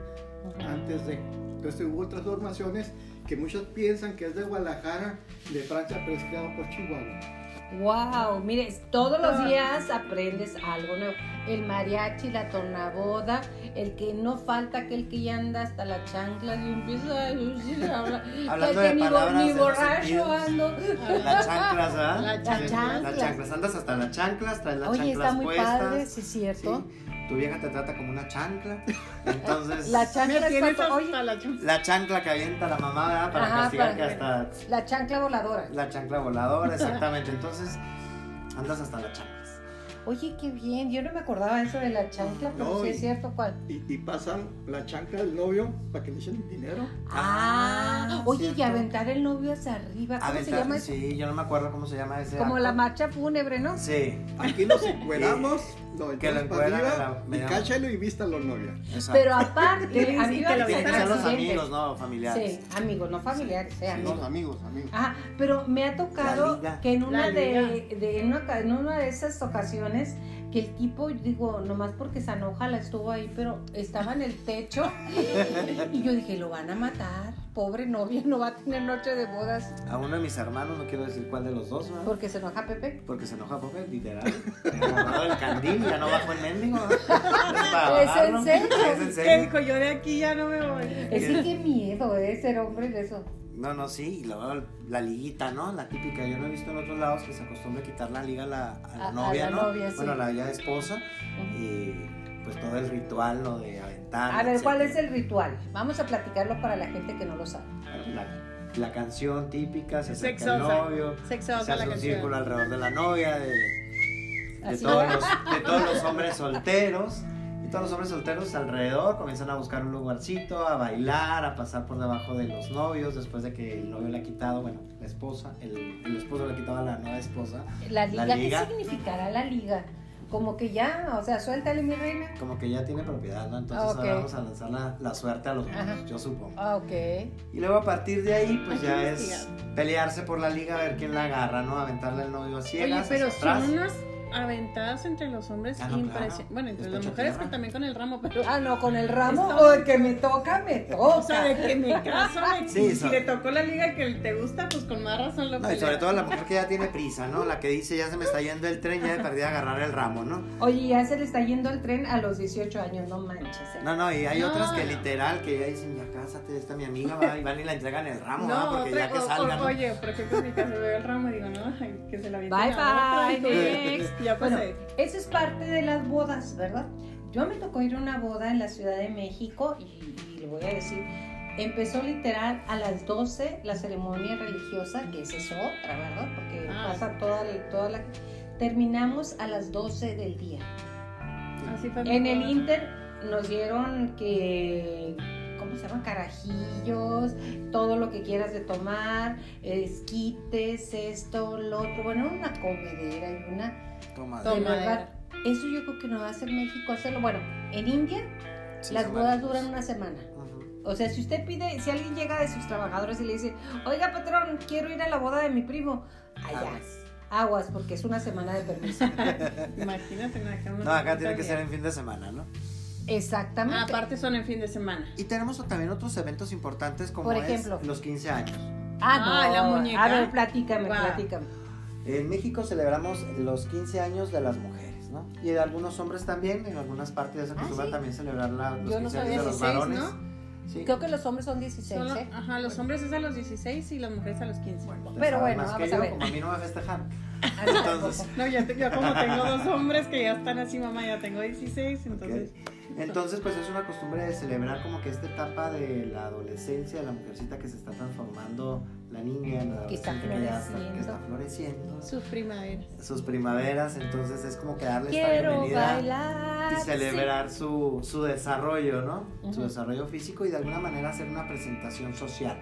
S4: antes de. Entonces hubo transformaciones que muchos piensan que es de Guadalajara, de Francia, pero es creado por Chihuahua.
S1: Wow, mire, todos los días aprendes algo nuevo. El mariachi, la tornaboda, el que no falta aquel que ya anda hasta las chanclas y empieza a lucir, a hablar.
S3: Hablando
S1: que
S3: de
S1: ni, bo-
S3: palabras
S1: ni
S3: de los
S1: borracho
S3: sentidos.
S1: ando.
S3: Las chanclas, ¿verdad?
S5: La
S3: Sí,
S1: chancla.
S3: Las chanclas. Andas hasta las chanclas, traes las
S1: Oye,
S3: chanclas
S1: está muy
S3: puestas.
S1: padre, sí es cierto.
S3: sí. pues, Tu vieja te trata como una chancla. Entonces,
S1: La
S3: la,
S1: chancla
S5: Me
S1: es
S5: tienes
S1: pato- oye,
S5: hasta la chum-
S3: chancla que avienta la mamá, ¿verdad? Para
S1: Ajá,
S3: castigar
S1: para-
S3: que hasta
S1: la chancla voladora.
S3: la chancla voladora, exactamente. Entonces, andas hasta las chanclas.
S1: Oye, qué bien. Yo no me acordaba eso de la chancla, pero
S4: No,
S1: sí
S4: y-
S1: es cierto cuál.
S4: Y, y pasan la chancla del novio para que le echen dinero.
S1: Ah,
S3: Ah,
S1: oye, y
S3: cierto.
S1: aventar el novio hacia arriba. ¿Cómo se
S3: Aventar-
S1: llama eso?
S3: Sí, ah, yo no me acuerdo cómo se llama ese.
S1: Como
S3: acto.
S1: la marcha fúnebre, ¿no?
S3: Sí,
S4: Aquí nos encueramos, lo
S3: que lo
S4: echamos para
S3: encueran a
S4: arriba,
S3: la-
S4: y cáchalo y vístalo, novia.
S3: exacto.
S1: Pero aparte, a mí
S5: Sí, que
S1: me
S5: lo
S1: parece
S3: Tienen que
S5: aventan
S3: ser los
S1: accidente.
S3: amigos, ¿no? Familiares.
S1: Sí, amigos, no familiares, eh, amigos.
S4: Los amigos, amigos.
S1: Ah, pero me ha tocado
S3: La liga.
S1: que en una
S5: La
S1: de, de- en, una, ca- en una de esas ocasiones que el tipo, digo, nomás porque se enoja la estuvo ahí, pero estaba en el techo y yo dije, lo van a matar, pobre novia, no va a tener noche de bodas
S3: A uno de mis hermanos, no quiero decir cuál de los dos, ¿verdad?
S1: porque se enoja Pepe.
S3: Porque se enoja Pepe, literal. Me ha agarrado el candil y ya no bajo el mendigo. ¿no? Es, para
S1: ¿Es en
S3: bajarlo.
S1: serio?
S3: Es en
S5: ¿Qué
S3: serio.
S5: dijo? Yo de aquí ya no me voy.
S1: Es que qué miedo, ¿eh? Ser hombre de eso.
S3: No, no, sí. Y luego la liguita, ¿no? La típica. Yo no he visto en otros lados que se acostumbra quitar la liga a la, a la
S1: A- a
S3: novia,
S1: la
S3: ¿no?
S1: novia, sí.
S3: Bueno, la ya esposa.
S1: Ujú.
S3: Y pues todo el ritual, lo de aventar.
S1: A ver, ¿cuál es
S3: etcétera.
S1: el ritual? Vamos a platicarlo para la gente que no lo sabe.
S3: La, la canción típica, se acerca el
S5: Sexosa.
S3: novio.
S5: Sexo
S3: se
S5: otra la
S3: hace un círculo
S5: canción.
S3: alrededor de la novia, de, de
S1: Así.
S3: todos los, de todos los hombres solteros. Y todos los hombres solteros alrededor comienzan a buscar un lugarcito, a bailar, a pasar por debajo de los novios, después de que el novio le ha quitado, bueno, la esposa, el, el esposo le ha quitado a la nueva esposa,
S1: La liga, ¿qué
S3: liga.
S1: significará la liga? Como que ya, o sea, suéltale mi reina.
S3: como que ya tiene propiedad, ¿no? Entonces
S1: Ah, ok.
S3: ahora vamos a lanzar la, la suerte a los
S1: Ajá.
S3: novios, yo supongo.
S1: Ah, ok.
S3: Y luego a partir de ahí, pues
S5: Hay que
S3: ya es
S5: investigar.
S3: pelearse por la liga, a ver quién la agarra, ¿no? Aventarle al novio a
S5: Oye,
S3: ciegas,
S5: pero
S3: hacia atrás.
S5: son unas aventadas entre los hombres
S3: Ah, no,
S5: impresionantes.
S3: claro.
S5: Bueno, entre
S3: Es
S5: las
S3: pecho
S5: mujeres
S3: tierra.
S5: que también con el ramo, pero.
S1: Ah, no, con el ramo o el que me toca, me toca.
S5: O sea, de que me caso, de que
S3: Sí,
S5: si
S3: son-
S5: le tocó la liga que te gusta, pues con más razón lo
S3: No, y sobre todo la mujer que ya tiene prisa, ¿no? La que dice ya se me está yendo el tren, ya de perdí a agarrar el ramo, ¿no?
S1: Oye, ya se le está yendo el tren a los 18 años, no manches. eh.
S3: No, no, y hay
S5: No,
S3: otras que
S5: no.
S3: literal que ya dicen, ya cásate, esta mi amiga, va", y van y la entregan el ramo, ¿verdad?
S5: No,
S3: ah, Porque
S5: otra-
S3: ya que
S5: o- o-
S3: salgan. ¿no?
S5: oye, por ejemplo, en mi caso veo el ramo y digo, no, ay, que se la avienten
S1: Bye,
S5: a
S1: bye,
S5: otro, y-
S1: next.
S5: Ya
S1: Bueno,
S5: pasé.
S1: eso es parte de las bodas, ¿verdad? Yo me tocó ir a una boda en la Ciudad de México y, y le voy a decir, empezó literal a las 12 la ceremonia religiosa, que esa es otra, ¿verdad? Porque
S5: Ah.
S1: pasa toda, la- toda la... Terminamos a las 12 del día.
S5: Así fue mi
S1: En el
S5: boda.
S1: Inter nos dieron que, ¿cómo se llaman? Carajillos, todo lo que quieras de tomar, esquites, esto, lo otro. Bueno, una comedera y una...
S3: Toma,
S1: de
S5: Tomadera.
S1: verdad, eso yo creo que no va a hacer México hacerlo. Bueno, en India
S3: sí,
S1: las
S3: son
S1: bodas
S3: varios.
S1: duran una semana.
S3: Ujú.
S1: O sea, si usted pide, si alguien llega de sus trabajadores y le dice, oiga patrón, quiero ir a la boda de mi primo, allá.
S3: Aguas.
S1: Aguas, porque es una semana de permiso.
S5: Imagínate, en acá una
S3: No, acá
S5: cosita
S3: tiene que
S5: bien.
S3: ser en fin de semana, ¿no?
S1: Exactamente.
S5: Ah, Aparte son en fin de semana.
S3: Y tenemos también otros eventos importantes como
S1: Por
S3: es
S1: ejemplo.
S3: los 15 años.
S1: Ah,
S5: Ah,
S1: no.
S5: la muñeca.
S1: A ver, platícame,
S5: Va.
S1: platícame.
S3: En México celebramos los 15 años de las mujeres, ¿no? Y de algunos hombres también, en algunas partes se acostumbra
S1: Ah, sí.
S3: también celebrar la, los
S1: Yo no
S3: 15
S1: sabía
S3: años de los
S5: 16,
S3: varones.
S5: ¿no?
S3: Sí.
S1: Creo que los hombres son 16,
S5: Solo-
S1: ¿eh?
S5: ajá, los hombres es a los 16 y las mujeres a los 15.
S3: Ustedes
S1: Pero
S3: saben
S1: bueno,
S3: más que
S1: vamos a
S3: yo,
S1: ver.
S3: Como a mí no me festejaron.
S1: Ah, no,
S3: Entonces,
S5: No, ya te- yo como tengo dos hombres que ya están así, mamá, ya tengo 16, entonces.
S3: entonces, pues es una costumbre de celebrar como que esta etapa de la adolescencia, de la mujercita que se está transformando, la niña, la
S1: Que está
S3: adolescente que, ya está-
S1: floreciendo.
S3: que está floreciendo,
S5: Sus primaveras.
S3: sus primaveras, entonces es como que darle esta
S1: Quiero
S3: bienvenida.
S1: bailar.
S3: y celebrar su, su desarrollo, ¿no?
S1: Ujú.
S3: Su desarrollo físico y de alguna manera hacer una presentación social.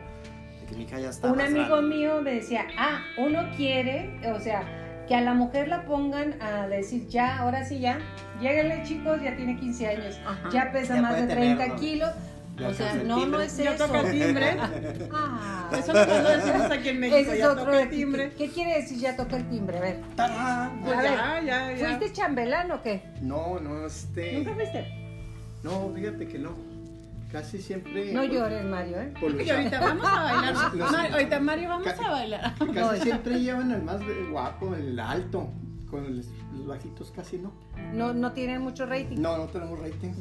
S3: De que mi hija ya está.
S1: Un
S3: más
S1: amigo
S3: grande.
S1: mío me decía, ah, uno quiere, o sea, que a la mujer la pongan a decir, ya, ahora sí, ya, lléguenle chicos, ya tiene 15 años, ya pesa
S3: Ya
S1: más de
S3: puede tener,
S1: 30
S3: ¿no?
S1: kilos,
S3: Le
S1: O sea,
S3: alcanza el
S1: no, no
S3: timbre.
S1: es
S2: Yo
S1: eso.
S2: toco timbre.
S1: Ah,
S2: Eso no lo decimos aquí en México.
S1: ese es
S2: ya
S1: otro.
S2: toco el
S1: ¿Qué,
S2: timbre.
S1: qué quiere decir ya toca el timbre? A ver,
S4: ¡Tarán!
S2: Pues
S1: A
S2: ya, ya, ya.
S1: ¿fuiste chambelán o qué?
S4: No, no, este.
S2: ¿Nunca fuiste?
S4: No, fíjate que no. Casi siempre.
S1: No llores, Mario, ¿eh?
S4: por los-
S2: Y ahorita vamos a bailar.
S4: Los- los-
S2: Mar- ahorita Mario, vamos
S4: Ca-
S2: a bailar.
S4: Casi siempre llevan al más guapo, el alto. Con los, los bajitos casi no.
S1: No, no tienen mucho rating.
S4: No, no tenemos rating.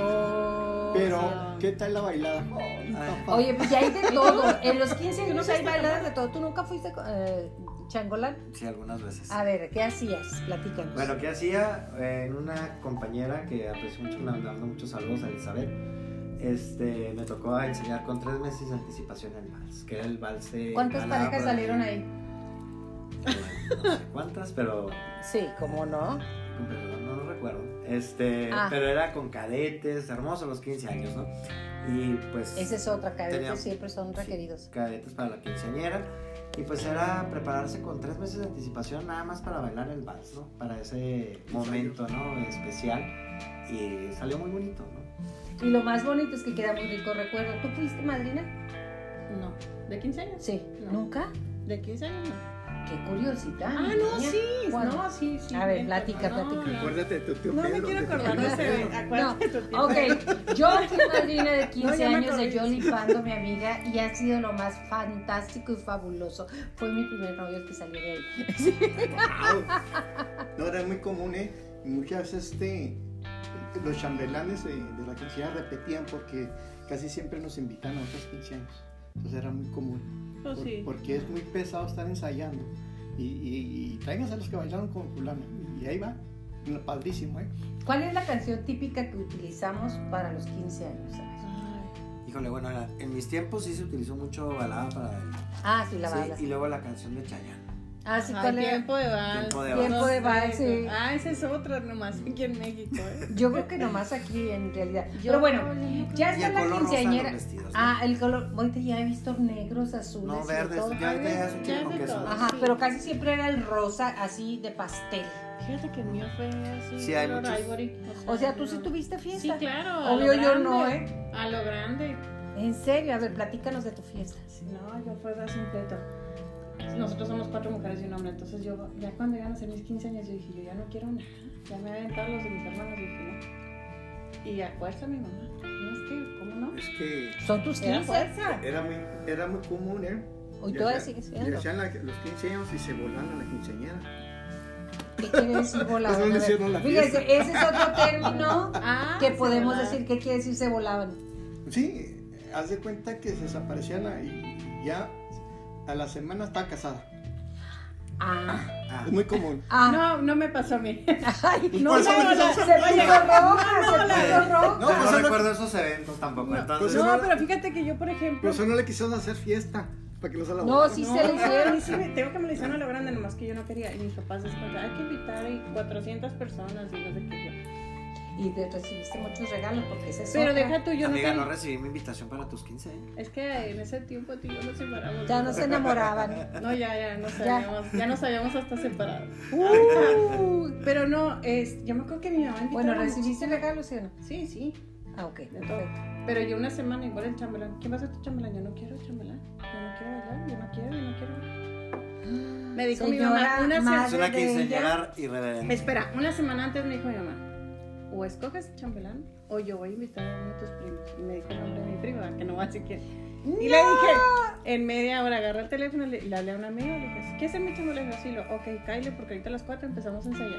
S1: Oh,
S4: Pero, ¿qué tal la bailada? Ay, papá.
S1: Oye, pues ya hay de todo. En los 15 años hay bailadas de todo. ¿Tú nunca fuiste eh, changolán?
S3: Sí, algunas veces.
S1: A ver, ¿qué hacías? Platícanos.
S3: Bueno, ¿qué hacía? Eh, En una compañera que aprecio mucho, le mando muchos saludos a Elizabeth, este, me tocó enseñar con tres meses de anticipación el vals, que era el vals de...
S1: ¿Cuántas
S3: balada
S1: parejas
S3: por
S1: salieron ahí?
S3: No sé cuántas, pero
S1: Sí, ¿cómo no?
S3: pero no lo recuerdo. Este,
S1: Ah.
S3: pero era con cadetes, hermosos los 15 años, ¿no? Y pues...
S1: Esa es otra, cadete
S3: Tenía-
S1: siempre son
S3: Sí,
S1: requeridos.
S3: cadetes para la quinceañera. Y pues era prepararse con tres meses de anticipación nada más para bailar el vals, ¿no? Para ese momento, ¿no? Especial. Y salió muy bonito, ¿no?
S1: Y lo más bonito es que queda muy rico recuerdo. ¿Tú fuiste madrina?
S2: No. ¿De 15 años?
S1: Sí.
S2: No.
S1: ¿Nunca?
S2: ¿De 15 años? No.
S1: Ah, Qué curiosidad.
S2: Ah,
S1: mi
S2: no,
S1: niña.
S2: sí.
S1: ¿Cuándo?
S2: No, sí, sí.
S1: A ver,
S2: ven,
S1: platica,
S2: no,
S1: platica.
S2: no.
S4: Acuérdate de tu tío
S2: No me
S4: Pedro,
S2: quiero
S4: de tu
S2: acordar de
S4: tío
S2: ese.
S4: Pedro.
S2: Acuérdate de tu tío.
S1: Ok, yo fui madrina de 15
S2: No, ya me
S1: años de
S2: acordé.
S1: Johnny Pando, mi amiga, y ha sido lo más fantástico y fabuloso. Fue mi primer novio el que salió de ahí.
S4: Wow. No, era muy común, ¿eh? Muchas, este, los chambelanes eh, de, la quinceañera repetían porque casi siempre nos invitan a otros 15 años. Entonces era muy común.
S2: Pues
S4: Por-
S2: sí.
S4: Porque es muy pesado estar ensayando. Y, y, y tráiganse a los que bailaron con fulano. Y ahí va. No, Padrísimo, ¿eh?
S1: ¿Cuál es la canción típica que utilizamos para los 15 años?
S2: Ay,
S3: Híjole, bueno, era- en mis tiempos sí se utilizó mucho balada para el...
S1: Ah, sí, la
S3: sí,
S1: bala.
S3: y luego la canción de Chayanne.
S1: Ah, sí,
S2: ay,
S1: ¿cuál era?
S2: tiempo de vals.
S3: Tiempo de
S1: Tiempo de vals,
S2: Los
S1: sí.
S2: de- Ah, ese es otro nomás aquí en México. ¿eh?
S1: Yo creo que nomás aquí en realidad. Pero
S2: Yo-
S1: bueno, ya
S3: Y
S1: está
S3: el
S1: la
S3: color rosa en los
S1: quinceañera.
S3: vestidos. ¿no?
S1: Ah, el color. Ahorita ya he visto negros, azules.
S3: no,
S1: y
S3: verdes.
S1: todo.
S3: Ya ahorita ya es un Ah.
S2: Ya
S3: chico
S2: de
S3: que es
S2: todo.
S3: un-
S1: Ajá,
S2: Sí.
S1: pero casi siempre era el rosa así de pastel.
S2: Fíjate que el mío fue así.
S3: Sí, hay
S2: color
S3: muchos.
S2: ivory.
S1: O sea, tú sí
S2: no.
S1: tuviste
S2: Sí,
S1: fiesta.
S2: claro. a
S1: Obvio
S2: lo
S1: yo no,
S2: grande,
S1: ¿eh?
S2: A lo grande.
S1: En serio, a ver, platícanos de tu fiesta.
S2: Sí, No, yo fue gas completo. Nosotros somos cuatro mujeres y un hombre, entonces yo, ya cuando iban a ser mis 15 años, yo dije, yo ya no quiero nada. Ya me habían aventado los de mis hermanos, y dije, no. Y a fuerza mi mamá. No es que, ¿cómo no?
S4: Es que
S1: Son tus
S2: Era
S1: 15.
S2: fuerza.
S4: era muy, era muy común, ¿eh?
S1: Hoy
S4: Y
S1: todavía
S4: hacían-
S1: sigues
S4: Y
S1: siendo.
S4: hacían la- los 15 años y se volaban a la quinceañera.
S1: ¿Qué quiere decir volaban?
S4: Pues no
S1: A
S4: le
S1: ver,
S4: hicieron la fiesta.
S1: Fíjense, ese es otro término
S2: Ah,
S1: que
S2: se
S1: podemos
S2: volaba.
S1: decir. ¿Qué quiere decir se volaban?
S4: Sí, haz de cuenta que se desaparecía la- y ya a la semana estaba casada.
S1: Ah,
S3: Ah,
S4: Es muy común.
S1: ah.
S2: No, no me pasó a mí.
S1: Ay, no,
S4: Por
S1: no,
S4: eso
S1: no,
S4: no
S1: no, se
S4: quiso-
S1: puso roja, se puso
S3: no,
S1: roja.
S4: pues
S3: no
S4: no-
S3: recuerdo esos eventos tampoco.
S2: No,
S3: entonces,
S4: pues
S2: No, pero fíjate que yo, por
S4: Por
S2: ejemplo...
S4: eso no le quisieron hacer fiesta, para que no se la
S1: No,
S4: volaran.
S1: sí
S2: no,
S1: se le
S2: a
S1: hicieron.
S2: mí sí me- tengo que me lo hicieron a lo grande, nomás que yo no quería. Y mis papás después, hay que invitar a 400 personas y no sé qué yo.
S1: Y te recibiste muchos regalos porque ese es
S2: Pero
S1: otra.
S2: deja tú, yo
S3: amiga,
S2: no
S3: no
S2: sé.
S3: recibí mi invitación para tus 15 años.
S2: Es que en ese tiempo tú y yo nos separamos.
S1: Ya no se enamoraban.
S2: No, ya, ya, no sabíamos. Ya, nos habíamos hasta separado.
S1: Uh,
S2: Pero no, es, yo me acuerdo que mi mamá invitó
S1: bueno,
S2: a la-
S1: ¿recibiste regalos, sí o no?
S2: Sí, sí.
S1: Ah, ok,
S2: todo.
S1: perfecto.
S2: Pero yo una semana igual el chambelán. ¿Quién va a ser tu chambelán? Yo no quiero chambelán. Yo no quiero bailar. Yo no quiero, yo no quiero. Me dijo mi
S1: Señora
S2: mamá
S1: madre
S2: una semana.
S3: Es una
S1: de ella.
S3: quinceañera irreverente.
S2: Espera, una semana antes me dijo mi mamá. O escoges chambelán o yo voy a invitar a uno de tus primos. Y me dijo el nombre de mi prima, que no va a decir quién. Y le dije, en media hora agarré el teléfono, le, le hablé a un amigo, le dije, ¿qué hacer mi chambelán? Así lo, ok, cállate porque ahorita a las cuatro empezamos a ensayar.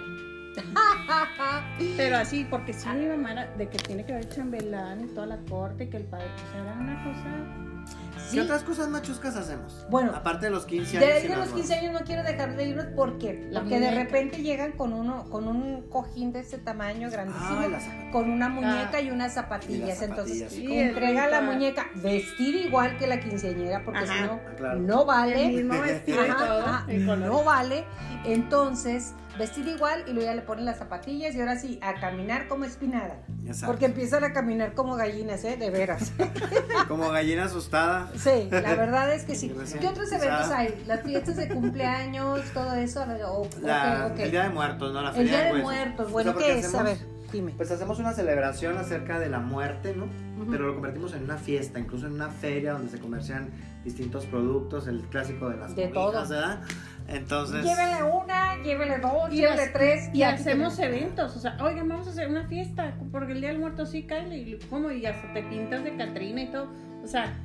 S2: Pero así, porque sí, mi mamá era de que tiene que haber chambelán y toda la corte, y que el padre, o sea, era una cosa...
S3: ¿Qué
S1: Sí,
S3: otras cosas machucas hacemos?
S1: Bueno,
S3: Aparte de los 15
S1: de
S3: años.
S1: ahí
S3: y
S1: de los
S3: las
S1: 15 años no quiero dejar de irnos porque,
S2: La
S1: porque de
S2: muñeca.
S1: repente llegan con uno, con un cojín de este tamaño grandísimo,
S3: Ah, las zapatillas.
S1: con una muñeca
S2: Ah.
S1: y unas zapatillas. Entonces,
S3: zapatillas, sí.
S2: Sí, el
S1: entrega la
S2: ritual.
S1: muñeca, vestir igual que la quinceañera, porque
S2: Ajá.
S1: si no,
S3: Ah, claro.
S1: no
S2: El
S1: vale.
S2: mismo vestido y
S1: Ajá,
S2: todo,
S1: ajá,
S2: el color.
S1: no vale. Entonces, vestir igual y luego ya le ponen las zapatillas y ahora sí, a caminar como espinada.
S3: Exacto.
S1: Porque empiezan a caminar como gallinas, ¿eh? De veras.
S3: Como gallina asustada.
S1: Sí, la verdad es que sí.
S3: Recién
S1: ¿Qué otros
S3: pisada.
S1: eventos hay? Las fiestas de cumpleaños, todo eso. a ver, o-
S3: La-
S1: ok, ok.
S3: El día de muertos, ¿no? La
S1: El
S3: feria
S1: Día de
S3: huesos.
S1: Muertos. Bueno,
S3: O sea, porque
S1: ¿qué es? A ver.
S3: hacemos
S1: Dime.
S3: pues hacemos una celebración acerca de la muerte, ¿no?
S1: Ujú.
S3: Pero lo convertimos en una fiesta, incluso en una feria donde se comercian distintos productos, el clásico de las
S1: De
S3: cobijas,
S1: todo.
S3: ¿verdad? Entonces,
S1: Llévele una, llévele dos,
S2: Y
S1: llévele
S2: las-
S1: tres.
S2: Y
S1: aquí
S2: hacemos
S1: tenemos-
S2: eventos, o sea, oigan, vamos a hacer una fiesta, porque el Día del Muerto sí cae, y como, y hasta te pintas de Catrina y todo, o sea,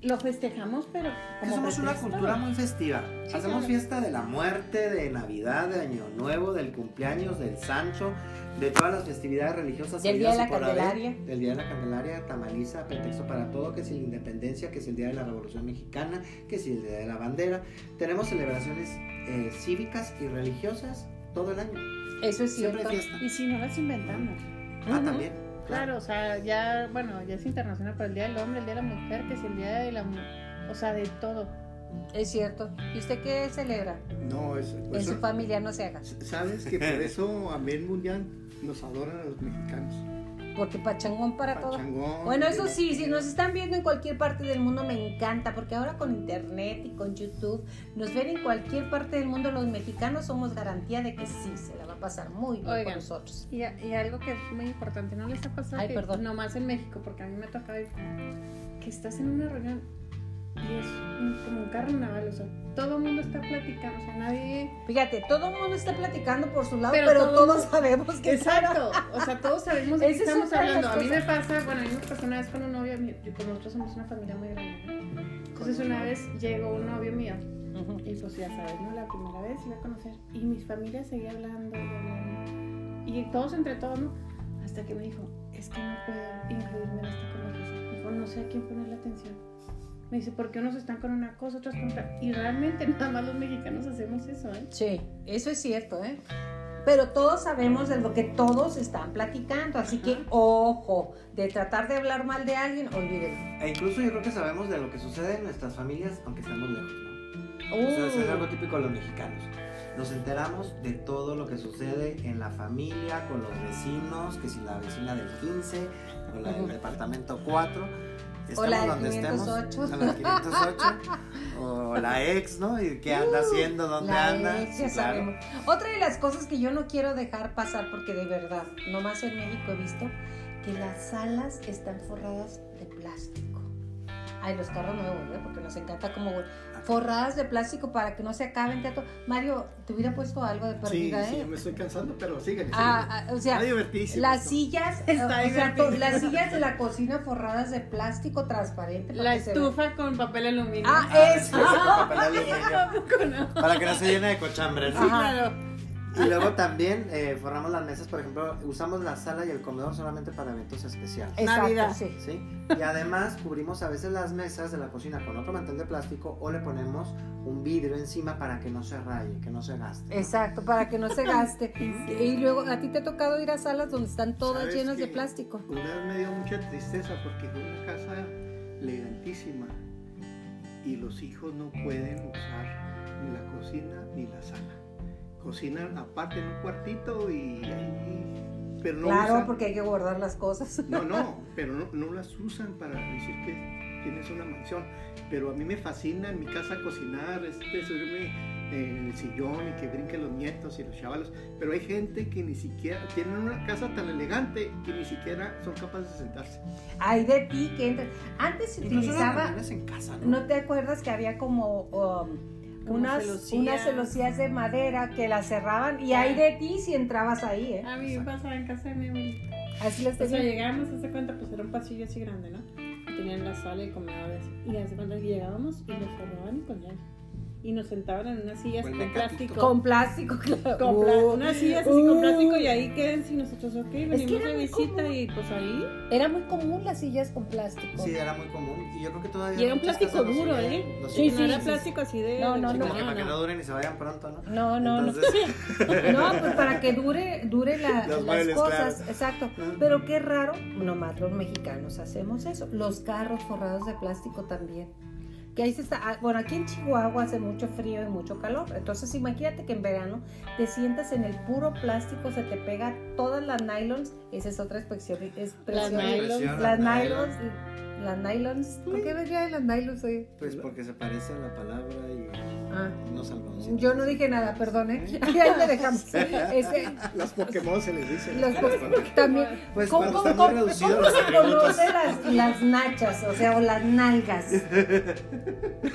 S2: lo festejamos, pero
S3: que
S2: como
S3: somos una
S2: pretexto.
S3: cultura muy festiva. Hacemos
S2: claro.
S3: fiesta de la muerte, de Navidad, de Año Nuevo, del cumpleaños, del Sancho, de todas las festividades religiosas.
S1: Del Día de
S3: habidas y
S1: la
S3: por haber.
S1: Candelaria.
S3: Del Día de la Candelaria, tamaliza, pretexto para todo, que si la independencia, que si el Día de la Revolución Mexicana, que si el Día de la Bandera. Tenemos celebraciones eh, cívicas y religiosas todo el año.
S1: Eso es
S3: Siempre
S1: cierto.
S3: hay fiesta.
S2: Y si no las inventamos.
S3: Ah,
S2: Ujú.
S3: también.
S2: Claro, o sea, ya, bueno, ya es internacional, pero el Día del Hombre, el Día de la Mujer, que es el Día de la... mu- O sea, de todo.
S1: Es cierto. ¿Y usted qué celebra?
S4: No, es. pues,
S1: en su familia no se haga.
S4: Sabes que por eso a nivel mundial nos adoran a los mexicanos.
S1: Porque pachangón para todo.
S4: Pachangón,
S1: Bueno, eso
S4: mira.
S1: sí, si nos están viendo en cualquier parte del mundo me encanta, porque ahora con internet y con YouTube nos ven en cualquier parte del mundo. Los mexicanos somos garantía de que sí, se la va a pasar muy bien con
S2: Oigan.
S1: nosotros.
S2: Y, a- y algo que es muy importante, ¿no les ha pasado?
S1: Ay,
S2: que
S1: perdón.
S2: Nomás en México, porque a mí me ha tocado ir, que estás en una reunión y es un- como un carnaval, o sea, todo el mundo está platicando, o sea, nadie...
S1: Fíjate, todo el mundo está platicando por su lado, pero,
S2: Pero todo
S1: todos
S2: mundo-
S1: sabemos que
S2: Exacto, o sea, todos sabemos de qué
S1: Esa es
S2: estamos
S1: otra de las
S2: hablando. A mí me
S1: cosas.
S2: pasa, bueno, a mí me pasó una vez con un novio mío, yo- pues nosotros somos una familia muy grande, ¿no? Entonces una vez llegó un novio mío
S1: Ujú.
S2: y pues ya sabes, ¿no? La primera vez iba a conocer y mi familia seguía hablando y hablando y todos entre todos, ¿no? Hasta que me dijo, es que no puedo incluirme en esta conversación. Me dijo, no sé a quién ponerle atención. Me dice, ¿por qué unos están con una cosa, otros con otra? Y realmente nada más los mexicanos hacemos eso, ¿eh?
S1: Sí, eso es cierto, ¿eh? Pero todos sabemos de lo que todos están platicando, así que ojo, de tratar de hablar mal de alguien, olvídelo.
S3: E incluso yo creo que sabemos de lo que sucede en nuestras familias, aunque estemos lejos, ¿no? O sea, eso es algo
S1: Uh,
S3: típico de los mexicanos. Nos enteramos de todo lo que sucede en la familia, con los vecinos, que si la vecina del 15 o la del
S1: Ujú.
S3: departamento 4. Estamos
S1: la del
S3: donde
S1: 508.
S3: estemos. a la del 508. o la ex, ¿no? ¿Y qué anda haciendo? ¿Dónde
S1: Uh, la
S3: anda?
S1: ex, ya
S3: Sí, claro.
S1: sabemos. Otra de las cosas que yo no quiero dejar pasar, porque de verdad, nomás en México he visto que las salas están forradas de plástico. Ay, los carros nuevos, ¿eh? porque nos encanta como
S3: Ah.
S1: forradas de plástico para que no se acaben tanto. Mario, te hubiera puesto algo de
S4: Sí,
S1: perdida,
S4: sí,
S1: ¿eh?
S4: me estoy cansando, pero síguele. síguele.
S1: Ah, ah, o sea,
S4: Está divertísimo.
S1: Las
S4: esto.
S1: sillas, eh,
S2: Está
S1: o sea,
S2: divertido.
S1: to- las sillas de la cocina forradas de plástico transparente. para
S2: La
S1: que se
S2: estufa con papel aluminio.
S1: vea. Ah,
S3: Ah, sí,
S1: eso.
S3: papel aluminio,
S2: ¿Tampoco no?
S3: Para que no se llene de cochambre, ¿no?
S2: Sí, claro.
S3: Y luego también eh, forramos las mesas, por ejemplo, usamos la sala y el comedor solamente para eventos especiales.
S1: Exacto,
S2: Navidad.
S1: sí.
S3: ¿sí? Y además cubrimos a veces las mesas de la cocina con otro mantel de plástico o le ponemos un vidrio encima para que no se raye, que no se gaste.
S1: Exacto, para que no se gaste. Y luego, a ti te ha tocado ir a salas donde están todas
S4: ¿Sabes
S1: llenas de
S4: qué?
S1: plástico.
S4: Una vez me dio mucha tristeza porque fue una casa elegantísima y los hijos no pueden usar ni la cocina ni la sala. Cocinan aparte en un cuartito y ahí- pero no
S1: claro,
S4: usan-
S1: porque hay que guardar las cosas.
S4: no, no, pero no, no las usan para decir que tienes una mansión. Pero a mí me fascina en mi casa cocinar, este, subirme en el sillón y que brinquen los nietos y los chavalos. Pero hay gente que ni siquiera, tienen una casa tan elegante que ni siquiera son capaces de sentarse.
S1: Hay de ti que entras. Antes se
S3: Incluso las
S1: utilizaba,
S3: reuniones en casa, ¿no?
S1: ¿no te acuerdas que había como... um,
S2: Como
S1: unas,
S2: celosías. Ah.
S1: unas celosías de madera que las cerraban y hay de ti si entrabas ahí, ¿eh?
S2: A mí me pasaba en casa de mi abuelita.
S1: Así las
S2: O sea,
S1: tenían.
S2: llegábamos, hace cuenta, pues era un pasillo así grande, ¿no? Y tenían la sala y el comedor así. Y hace cuenta que llegábamos y nos cerraban y con llave. Y nos sentaban en unas sillas
S4: Con
S2: con,
S4: mecatito.
S2: plástico.
S1: Con plástico, claro.
S2: con pla-
S1: Uh,
S2: unas sillas así con
S1: uh.
S2: plástico y ahí quédense y nosotros, ok, venimos
S1: era
S2: de
S1: muy
S2: visita
S1: común.
S2: y pues ahí.
S1: Era muy común las sillas con plástico.
S3: Sí, era muy común. Y yo creo que todavía.
S2: Y era un
S3: muchas
S2: plástico
S3: casas lo
S2: duro,
S3: siguen-
S2: ¿eh?
S3: lo
S1: Sí,
S3: siguen
S2: no era
S3: haciendo.
S2: plástico así de.
S1: No, no,
S3: Sí,
S2: de
S3: como
S2: chingada,
S3: que para que no
S2: no.
S3: duren y se vayan pronto, ¿no?
S1: No, no, no.
S3: Entonces,
S1: No, pues para que dure, dure la-
S3: Los
S1: las
S3: muebles,
S1: cosas.
S3: claro.
S1: Exacto.
S3: Ah.
S1: Pero qué raro, nomás los mexicanos hacemos eso. Los carros forrados de plástico también. Que ahí se está, ah, bueno, aquí en Chihuahua hace mucho frío y mucho calor. Entonces imagínate que en verano te sientas en el puro plástico, se te pega todas las nylons. Esa es otra expresión.
S2: Las
S1: expresión.
S2: nylons.
S1: Las nylons. Las nylons. ¿Por qué me de las nylons hoy?
S3: Pues porque se parece a la palabra y.
S1: Ah.
S3: Nylon. unos algodoncitos.
S1: Yo no dije nada, perdón, ¿eh? Ahí le dejamos. Este,
S4: Los Pokémon se les dice.
S1: los po- también.
S3: Pues
S1: ¿Cómo,
S3: cuando
S1: cómo-
S3: están muy
S1: cómo-
S3: reducidos
S1: cómo
S3: los
S1: se
S3: atributos.
S1: conoce las, las nachas? O sea, o las nalgas.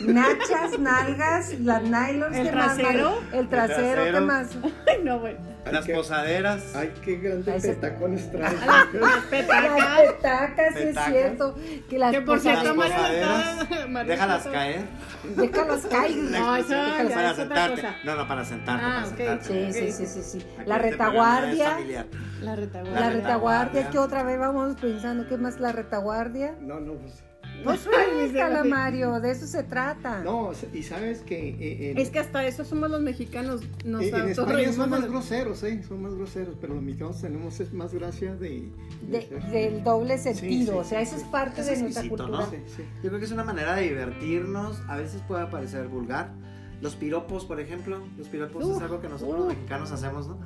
S1: Nachas, nalgas, las nylons.
S5: ¿El
S1: ¿qué más,
S5: trasero?
S1: Mario? El trasero, ¿qué
S3: trasero.
S1: más?
S5: Ay, no, bueno.
S4: Las
S3: Las posaderas.
S4: Ay, qué grande
S1: Ahí se-
S4: petacones trae.
S1: Las petacas, sí es
S3: Petacas.
S1: cierto. Que las
S5: Que por cierto,
S3: Las
S5: Mario
S3: posaderas,
S5: está- Mario
S3: Déjalas
S5: está-
S3: caer.
S1: Déjalas caer.
S5: No, eso
S1: Déjalas
S5: ya
S1: caer.
S3: Para
S5: es otra
S3: sentarte.
S5: cosa.
S3: No, no, para sentarte.
S5: Ah,
S3: para
S5: ok,
S3: sentarte.
S1: Sí, sí, sí, sí, sí. La
S3: Aquí este programa es
S1: retaguardia.
S3: familiar.
S5: La
S1: La,
S5: retaguardia.
S3: La
S1: retaguardia,
S3: retaguardia.
S1: que otra vez vamos pensando, ¿qué más la retaguardia?
S4: No, no, pues.
S5: Pues,
S1: Ay, calamario, de eso se trata.
S4: No, y sabes que. eh, en-
S5: Es que hasta eso somos los mexicanos. Nos
S4: en, en España
S5: autorreímos
S4: son
S5: de-
S4: más groseros, ¿eh? Son más groseros, pero los mexicanos tenemos es más gracia de.
S1: De-
S4: ser-
S1: del doble sentido,
S4: sí,
S1: o sea, eso
S4: sí.
S1: es parte
S3: Es
S1: de nuestra
S3: exquisito,
S1: cultura.
S4: Sí, sí.
S3: Yo creo que es una manera de divertirnos. A veces puede parecer vulgar. Los piropos, por ejemplo. Los piropos
S5: Uf,
S3: es algo que nosotros
S5: uf.
S3: los mexicanos hacemos, ¿no?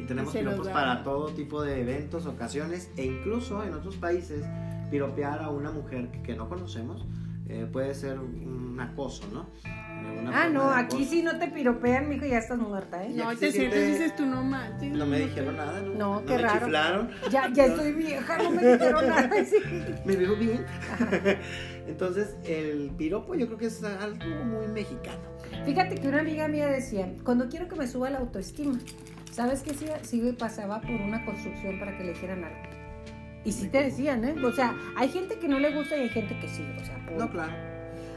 S3: Y tenemos
S5: se nos
S3: piropos
S5: da.
S3: para todo tipo de eventos, ocasiones. E incluso en otros países, piropear a una mujer que, que no conocemos eh, puede ser un acoso, ¿no? Eh, una
S1: Ah,
S3: forma
S1: no,
S3: de
S1: aquí
S3: acoso.
S1: sí no te piropean, mijo, ya estás muerta, ¿eh?
S3: Y
S5: No,
S3: aquí
S5: te
S3: se siente-
S5: sientes y dices tú no manches.
S3: No me dijeron nada, ¿no?
S1: No, qué
S3: me
S1: raro.
S3: chiflaron.
S1: Ya, ya estoy vieja, no me dijeron nada. sí.
S3: me veo bien. Entonces, el piropo yo creo que es algo muy mexicano.
S1: Fíjate que una amiga mía decía, cuando quiero que me suba la autoestima, ¿sabes qué? Si, si pasaba por una construcción para que le dijeran algo. Y sí te decían, ¿eh? O sea, hay gente que no le gusta y hay gente que sí, o sea, punto.
S3: No, claro.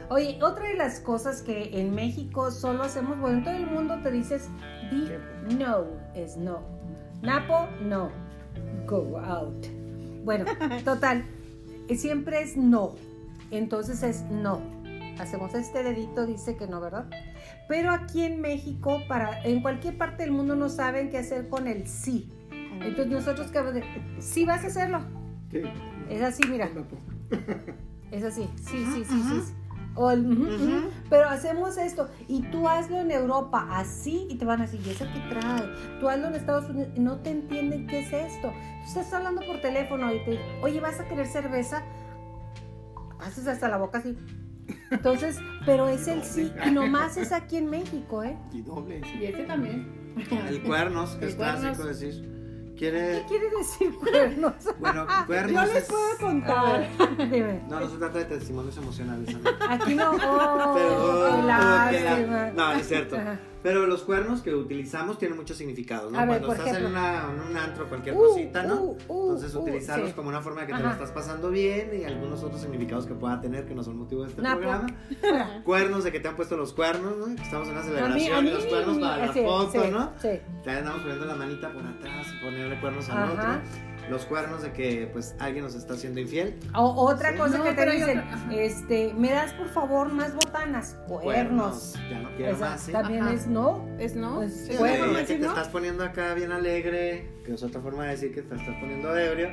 S1: Oye, otra de las cosas que en México solo hacemos, bueno, en todo el mundo te dices, di no, es no. Napo, no. Go out. Bueno, total, eh, siempre es no. Entonces es no. Hacemos este dedito, dice que no, ¿verdad? Pero aquí en México, para, en cualquier parte del mundo no saben qué hacer con el sí. Entonces nosotros que de, sí vas a hacerlo.
S4: Sí,
S1: Es así, mira.
S4: tampoco.
S1: Es así, sí, sí, sí, sí, sí. O el, ujú, ujú. Pero hacemos esto y tú hazlo en Europa así y te van a decir, ¿y eso qué trae? Tú hazlo en Estados Unidos y no te entienden qué es esto. Tú estás hablando por teléfono y te oye, ¿vas a querer cerveza? Haces hasta la boca así. Entonces, pero es el sí y nomás es aquí en México, ¿eh?
S4: Y doble. sí.
S5: Y este también.
S3: El cuernos, que
S5: El
S3: es
S5: cuernos.
S3: clásico decir.
S1: ¿Qué
S3: Quiere.
S1: quiere decir cuernos?
S3: Bueno,
S1: Ah,
S3: cuernos.
S2: Yo les
S3: es-
S2: puedo
S1: A
S2: contar.
S1: ver, dime.
S3: No, no se trata de testimonios emocionales. amigo.
S1: Aquí no. Oh,
S3: Pero-
S1: qué lástima.
S3: No, es cierto.
S1: Ajá.
S3: Pero los cuernos que utilizamos tienen muchos significados, ¿no?
S1: A ver,
S3: Cuando
S1: por
S3: estás en,
S1: ejemplo.
S3: una, en un antro, cualquier
S1: Uh,
S3: cosita, ¿no?
S1: uh, uh,
S3: Entonces
S1: uh,
S3: utilizarlos
S1: sí.
S3: como una forma de que te
S1: Ajá.
S3: lo estás pasando bien y algunos otros significados que pueda tener que no son motivo de este
S1: Napo.
S3: programa. Cuernos de que te han puesto los cuernos, ¿no? Que Estamos en una celebración y los cuernos
S1: ni-
S3: para la
S1: sí,
S3: foto,
S1: sí,
S3: ¿no?
S1: Sí.
S3: Te andamos poniendo la manita por atrás, ponerle cuernos al
S1: Ajá.
S3: otro. Los cuernos de que pues alguien nos está haciendo infiel.
S1: O- otra
S3: Sí.
S1: cosa
S5: No,
S1: que te
S5: pero hay
S1: dicen,
S5: otra, ajá.
S1: este, me das por favor más botanas, cuernos.
S3: Ya no quiero
S1: Esa
S3: más, ¿sí?
S1: también
S5: Ajá.
S1: es no,
S5: Es no.
S1: pues
S3: Sí,
S1: cuernos.
S3: ya que
S5: ¿sí,
S3: te
S5: no?
S3: estás poniendo acá bien alegre, que es otra forma de decir que te estás poniendo ebrio,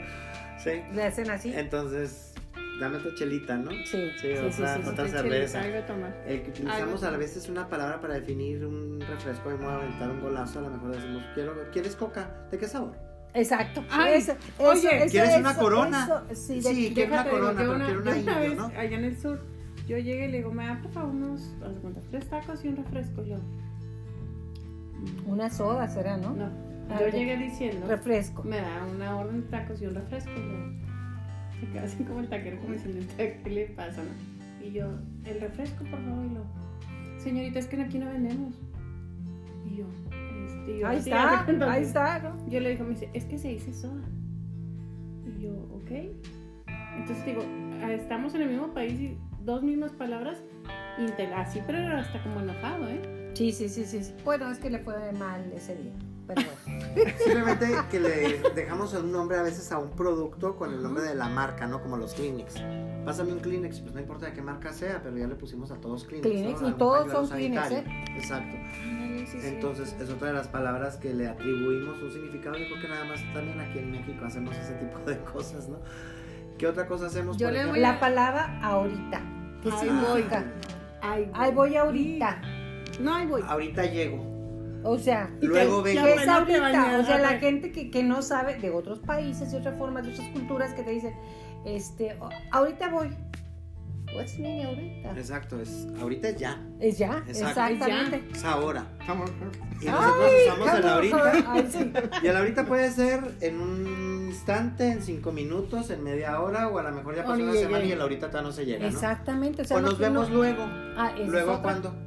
S3: ¿sí?
S1: Le hacen así.
S3: Entonces, dame tu chelita, ¿no?
S1: Sí,
S3: sí, o sea,
S2: pues
S1: sí, sí.
S3: otra
S5: Qué chido,
S3: cerveza.
S5: algo de tomar.
S3: El que utilizamos a veces una palabra para definir un refresco, vamos a aventar un golazo, a lo mejor decimos, quiero, ¿quieres coca? ¿De qué sabor?
S1: Exacto.
S5: Ay,
S1: Eso-
S5: oye,
S1: eso-
S3: ¿quieres
S1: eso-
S3: una corona?
S1: eso- sí, de-
S3: Sí, quiero una
S5: Déjate,
S3: corona,
S5: yo
S3: pero quiero una
S5: yo
S3: indio,
S5: vez,
S3: ¿no?
S5: Allá en el sur, yo llegué y le digo, me da por favor unos, haz de cuenta, tres tacos y un refresco. Y yo, mm,
S1: Una soda será, ¿no?
S5: no.
S1: Ah,
S5: Yo
S1: ok.
S5: llegué diciendo,
S1: Refresco.
S5: me da una orden de tacos y un refresco. Y yo, se queda así como el taquero como diciendo, "¿Usted ¿qué le pasa? no?". Y yo, el refresco, por favor. Y lo, señorita, es que aquí no vendemos. Y yo, este, y yo
S1: Ahí
S5: así, haz de
S1: está,
S5: cuenta,
S1: ahí está, ¿no?
S5: yo le digo, me dice, es que se dice soda. Y yo, ok. Entonces digo, "Ah, estamos en el mismo país y dos mismas palabras, y te- así, pero era hasta como enojado, ¿eh?
S1: Sí, sí, sí, sí. sí. Bueno, es que le fue mal ese día. Pero bueno.
S3: Simplemente que le dejamos un nombre a veces a un producto con el nombre de la marca, ¿no? Como los Kleenex. Pásame un Kleenex, pues no importa de qué marca sea, pero ya le pusimos a todos Kleenex.
S1: Kleenex,
S3: ¿no?
S1: y
S3: A un
S1: todos
S3: pañuelo
S1: son Kleenex, ¿eh?
S3: sanitario. Exacto. Entonces, es otra de las palabras que le atribuimos un significado. Yo creo que nada más también aquí en México hacemos ese tipo de cosas, ¿no? ¿Qué otra cosa hacemos?
S5: Yo le voy a-
S1: La palabra ahorita. ¿Qué
S3: Ah.
S5: Ay,
S1: significa?
S5: Ay, güey.
S1: Ahí voy ahorita.
S5: No, ahí voy.
S3: Ahorita llego.
S1: O sea,
S3: Luego
S5: que-
S3: vengo.
S1: que
S5: bueno,
S1: es
S5: te
S1: ahorita,
S5: bañaste.
S1: o sea, la gente que, que no sabe de otros países, de otras formas, de otras culturas, que te dicen, este, o- ahorita "Oh, voy. pues mire ahorita.
S3: Exacto, es, ahorita es ya.
S1: Es ya,
S3: Exacto.
S1: exactamente.
S3: Es ahora.
S4: Estamos-
S3: Y nosotros usamos el
S1: Claro,
S3: ahorita.
S1: ay, sí.
S3: Y el ahorita puede ser en un instante, en cinco minutos, en media hora, o a lo mejor ya pasó
S1: Oye,
S3: una
S1: oye,
S3: semana
S1: oye.
S3: y el ahorita todavía no se llega. ¿no?
S1: Exactamente. O, sea,
S3: o
S1: no-
S3: nos vemos
S1: no-
S3: luego.
S1: Ah, esa es
S3: Luego
S1: otra.
S3: cuando.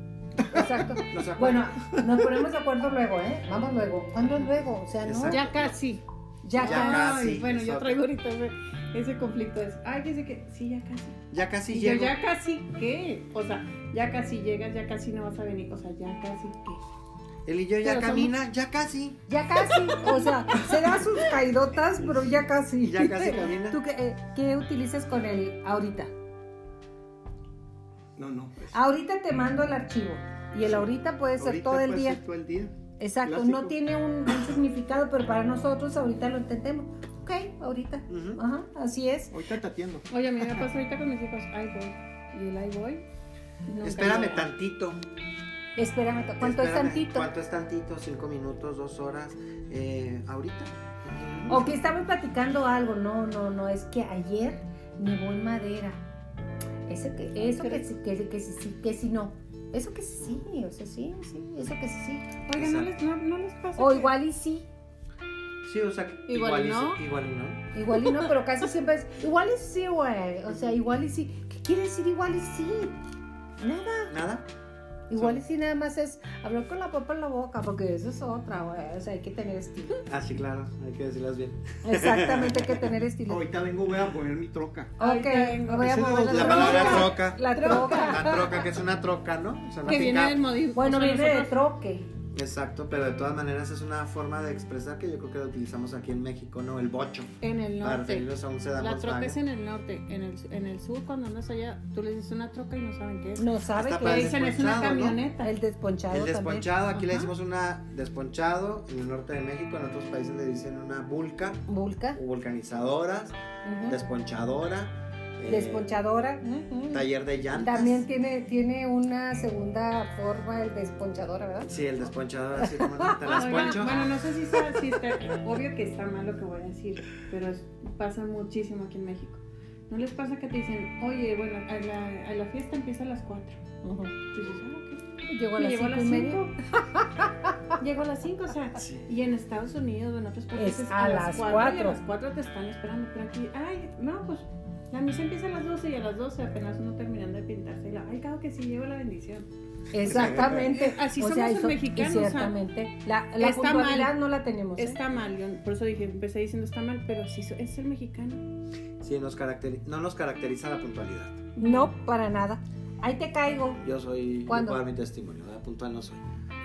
S1: Exacto.
S3: No se acuerda.
S1: Bueno, nos ponemos de acuerdo luego, ¿eh? Vamos luego. ¿Cuándo es luego? O sea, no.
S3: Exacto.
S2: Ya casi.
S1: Ya,
S3: Ya
S1: acá.
S3: casi,
S2: bueno, yo
S3: exacto.
S2: traigo ahorita ese, ese conflicto. Es, ay, dice que sí, ya casi.
S3: ya casi
S2: y yo,
S3: llego.
S2: ya casi, ¿qué? O sea, ya casi llegas, ya casi no vas a venir. O sea, ya casi, ¿qué?
S3: Él y yo ya
S2: Pero somos-
S3: camina, ya casi.
S1: Ya casi. O sea, se da sus caidotas, pero ya casi.
S3: Ya casi camina.
S1: ¿Tú qué, eh, qué utilizas con el ahorita?
S4: No, no. pues.
S1: Ahorita te mando el archivo. Y el ahorita Ah, puede ser
S4: Ahorita
S1: todo el
S4: puede
S1: día.
S4: ser todo el día.
S1: Exacto,
S4: clásico.
S1: no tiene un, un significado, pero para nosotros ahorita lo entendemos. Ok, ahorita.
S3: Ujú.
S1: Ajá, así es.
S4: Ahorita te atiendo.
S2: Oye, a mí me pasa ahorita con mis hijos, ahí voy. Y el ahí voy. nunca
S3: Espérame
S2: llega.
S3: tantito.
S1: Espérame, ¿cuánto es
S3: Espérame.
S1: tantito?
S3: ¿Cuánto es tantito? ¿Cinco minutos? ¿Dos horas? Eh, ¿Ahorita?
S1: O que estamos platicando algo. No, no, no, es que ayer nevó en madera. Eso
S4: Ah,
S1: que, eso que, sí- que, que sí, sí, que sí, no. Eso que sí, sí, o sea, sí, sí, eso que sí, sí.
S2: Oiga, no les, no, no les pasa.
S1: O
S2: que-
S1: igual y sí,
S3: Sí, o sea,
S2: Igual y
S3: y
S2: no.
S3: sí, Igual y no.
S1: igual y no, pero casi siempre es igual y sí, güey. O sea, igual y sí. ¿Qué quiere decir igual y sí? Nada.
S3: ¿Nada?
S1: Igual y si nada más es hablar con la papa en la boca, porque eso es otra, güey. O sea, hay que tener estilo.
S3: Ah, sí, claro. Hay que decirlas bien.
S1: Exactamente, hay que tener estilo. Ok,
S4: Ahorita vengo, voy a poner mi troca.
S2: Ahorita vengo.
S1: voy a
S4: Esa es
S1: mover
S3: La
S4: La
S3: palabra
S4: troca.
S3: troca.
S1: La troca.
S3: La troca, que es una troca, ¿no? O sea, una
S2: Que viene
S3: pickup.
S2: del modismo.
S1: Bueno,
S2: o sea,
S1: viene de
S2: nosotros-
S1: troque.
S3: Exacto, pero de todas maneras es una forma de expresar que yo creo que lo utilizamos aquí en México, ¿no? El bocho.
S2: en el
S3: Para
S2: norte.
S3: referirnos a un sedán
S2: La troca
S3: Volkswagen.
S2: es en el norte. En el, en el sur, cuando andas allá, tú les dices una troca y no saben qué es.
S1: No sabe
S3: Hasta
S1: que
S3: para
S2: Le
S1: es
S2: dicen, es una
S3: desponchado, ¿no?
S2: camioneta.
S1: el desponchado
S3: El
S1: también.
S3: desponchado, aquí le
S2: Ajá.
S3: decimos una desponchado en el norte de México, en otros países le dicen una vulca
S1: Vulca.
S3: o vulcanizadoras,
S1: ujú.
S3: desponchadora, eh,
S1: Desponchadora. ujú.
S3: taller de llantas.
S1: También tiene, tiene una segunda forma el desponchadora, ¿verdad?
S3: Sí, el desponchador, así como no, te las
S2: Oigan,
S3: poncho.
S2: Ah, bueno, no sé si, está, si está- obvio que está mal lo que voy a decir, pero es- pasa muchísimo aquí en México. ¿No les pasa que te dicen, oye, bueno, a la, a la fiesta empieza a las 4?
S1: Ujú.
S2: Tú dices, ah, ok.
S1: Llegó a las
S2: Llegó a
S1: cinco
S2: las
S1: y media.
S2: 5. Llegó a las 5, o sea.
S3: Sí.
S2: Y en Estados Unidos, en otros países,
S1: Es a las
S2: cuatro, y a
S1: cuatro.
S2: las 4 te están esperando. Pero aquí, ay, no, pues la misa empieza a las 12 y a las 12 apenas uno terminando de pintarse. Y la, ay, claro que sí, lleva la bendición.
S1: Exactamente.
S2: Así somos
S1: y
S2: los
S1: so- y
S2: mexicanos, o sea,
S1: Ciertamente. La, la
S2: está mal.
S1: puntualidad no la tenemos. ¿eh?
S2: Está mal, yo por eso dije, empecé diciendo está mal, pero sí, so- es el mexicano.
S3: Sí, nos caracteri- no nos caracteriza la puntualidad.
S1: No, para nada. Ahí te caigo.
S3: Yo soy, yo
S1: ¿Cuándo?
S3: puedo dar mi testimonio, ¿verdad? puntual no soy.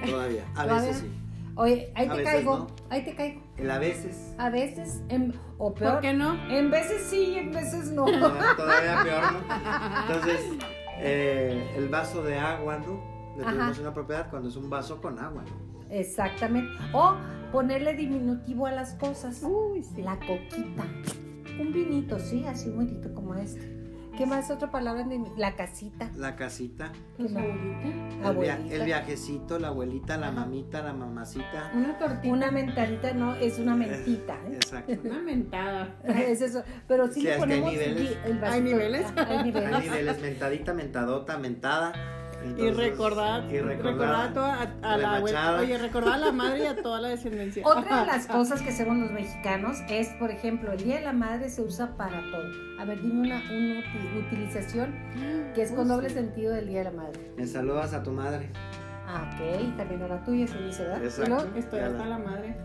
S3: Todavía, a
S1: Todavía.
S3: veces sí.
S1: Oye, ahí
S3: A
S1: te
S3: veces
S1: caigo.
S3: no.
S1: Ahí te caigo.
S3: El a veces,
S1: A veces, en- o
S2: ¿Por
S1: peor.
S2: qué no?
S1: En veces sí, en veces no.
S3: todavía, todavía peor, ¿no? Entonces, eh, el vaso de agua, ¿no? Le
S1: Ajá.
S3: tenemos una propiedad cuando es un vaso con agua, ¿no?
S1: Exactamente. O ponerle diminutivo a las cosas.
S2: Uy, sí.
S1: La coquita. Un vinito, sí, así bonito como este. ¿Qué más otra palabra? en dimin- La casita.
S3: La casita,
S2: Pues la abuelita.
S3: el, via-
S1: Abuelita.
S3: el viajecito, la abuelita, la
S1: Ajá.
S3: mamita, la mamacita.
S2: Una tortita.
S1: Una mentalita no, es una mentita. ¿eh?
S3: Exacto.
S2: Una mentada.
S1: Es eso. Pero sí
S3: Sí,
S1: le
S3: es que hay
S1: ponemos
S3: niveles.
S1: di- el vasito.
S2: Hay niveles.
S1: Ah, Hay
S3: Hay
S1: niveles.
S3: niveles, mentadita, mentadota, mentada.
S2: Y
S3: Entonces,
S2: recordar,
S3: y recordar.
S2: recordar a, toda, a, a la abuela,
S3: remachada.
S2: oye, recordar a la madre y a toda la descendencia.
S1: Otra de las cosas que hacemos los mexicanos es, por ejemplo, el Día de la Madre se usa para todo. A ver, dime una, una uti- utilización que es con
S2: Uy,
S1: doble
S2: sí.
S1: sentido del Día de la Madre.
S3: Me saludas a tu madre.
S1: Ah, ok, y también a la tuya se dice, ¿verdad?
S3: Exacto.
S1: ¿No?
S2: Estoy
S3: Ya
S2: hasta
S3: la-
S2: la madre.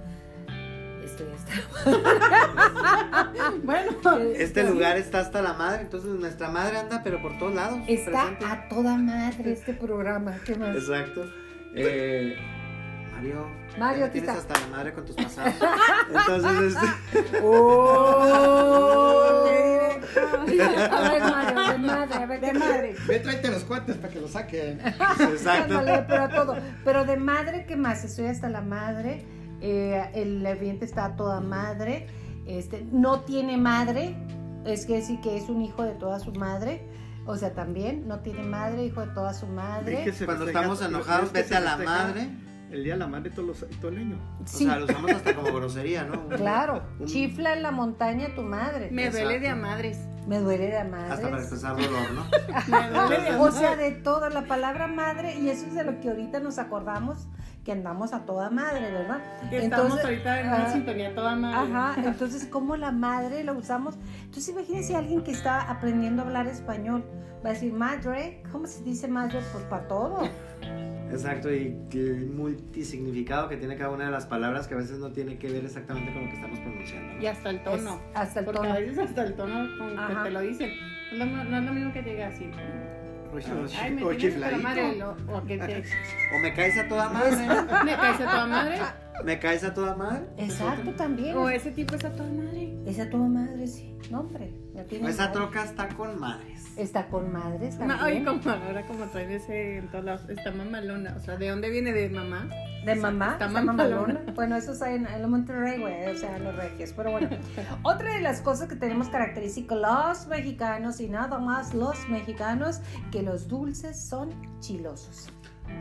S1: Esto ya está. Ah,
S2: Bueno,
S3: Este lugar está hasta la madre, entonces nuestra madre anda, pero por todos lados.
S1: Está
S3: presente.
S1: a toda madre este programa. ¿Qué más?
S3: Exacto. Eh, Mario,
S1: Mario,
S3: ya
S1: aquí
S3: tienes
S1: está.
S3: hasta la madre con tus pasados. Entonces, este,
S1: ¡Oh!
S2: qué directo.
S1: A ver, Mario, de madre, a ver, de madre.
S4: Ve, tráete los cuates para que los saquen.
S3: exacto.
S1: Ándale, pero a todo. Pero de madre, ¿qué más? Estoy hasta la madre. eh, el ambiente está a toda madre. Este, no tiene madre. Es que sí que es un hijo de toda su madre. O sea, también no tiene madre, hijo de toda su madre.
S4: Ve que se
S3: Cuando
S4: festeja-
S3: estamos
S4: ves
S3: enojados,
S4: que
S3: vete
S4: se
S3: a la
S4: festeja-
S3: madre.
S4: el Día de la Madre todo, los, todo el año.
S1: Sí.
S3: O sea, lo usamos hasta como grosería, ¿no? Un-
S1: Claro,
S3: un-
S1: chifla en la montaña tu madre.
S2: Me duele de a
S3: Exacto.
S2: madres.
S1: Me duele de
S3: Hasta pues, para
S1: madre.
S3: expresar dolor, ¿no?
S2: Me duele de a
S1: O sea,
S2: madres.
S1: de toda la palabra madre, y eso es de lo que ahorita nos acordamos, que andamos a toda madre, ¿verdad?
S6: Que estamos
S1: Entonces,
S6: ahorita en una
S1: ah,
S6: sintonía toda madre.
S1: Ajá, entonces como la madre la usamos. Entonces imagínense alguien que está aprendiendo a hablar español. Va a decir, madre, ¿cómo se dice madre? Pues para todo.
S3: Exacto, y el multisignificado que tiene cada una de las palabras que a veces no tiene que ver exactamente con lo que estamos pronunciando. ¿no?
S2: Y hasta el tono.
S1: Es- hasta el
S2: Porque
S1: tono.
S2: a veces hasta el tono con
S1: Ajá.
S2: que te lo dicen. No es lo mi- no es lo mismo que te diga así.
S4: O,
S3: Pues
S4: chi-
S2: Ay, me
S4: o
S2: tienes hasta la
S4: chifladito.
S2: madre. lo- o que te.
S3: O me caes a toda madre.
S2: Me caes a toda madre.
S3: me caes a toda madre.
S1: Exacto, también.
S2: O ese tipo es a toda madre.
S1: Esa tu madre, sí. No, hombre. no tiene
S3: Esa
S1: madre.
S3: troca está con madres.
S1: Está con madres
S2: Ma- Oye,
S1: también.
S2: como ahora como traen ese en todos lados, está mamalona. O sea, ¿de dónde viene? ¿De mamá?
S1: De mamá,
S2: Está
S1: está
S2: mamalona.
S1: mamalona. Bueno, eso es en, en Monterrey, güey, o sea, en los regios. Pero bueno, otra de las cosas que tenemos característico los mexicanos y nada más los mexicanos, que los dulces son chilosos.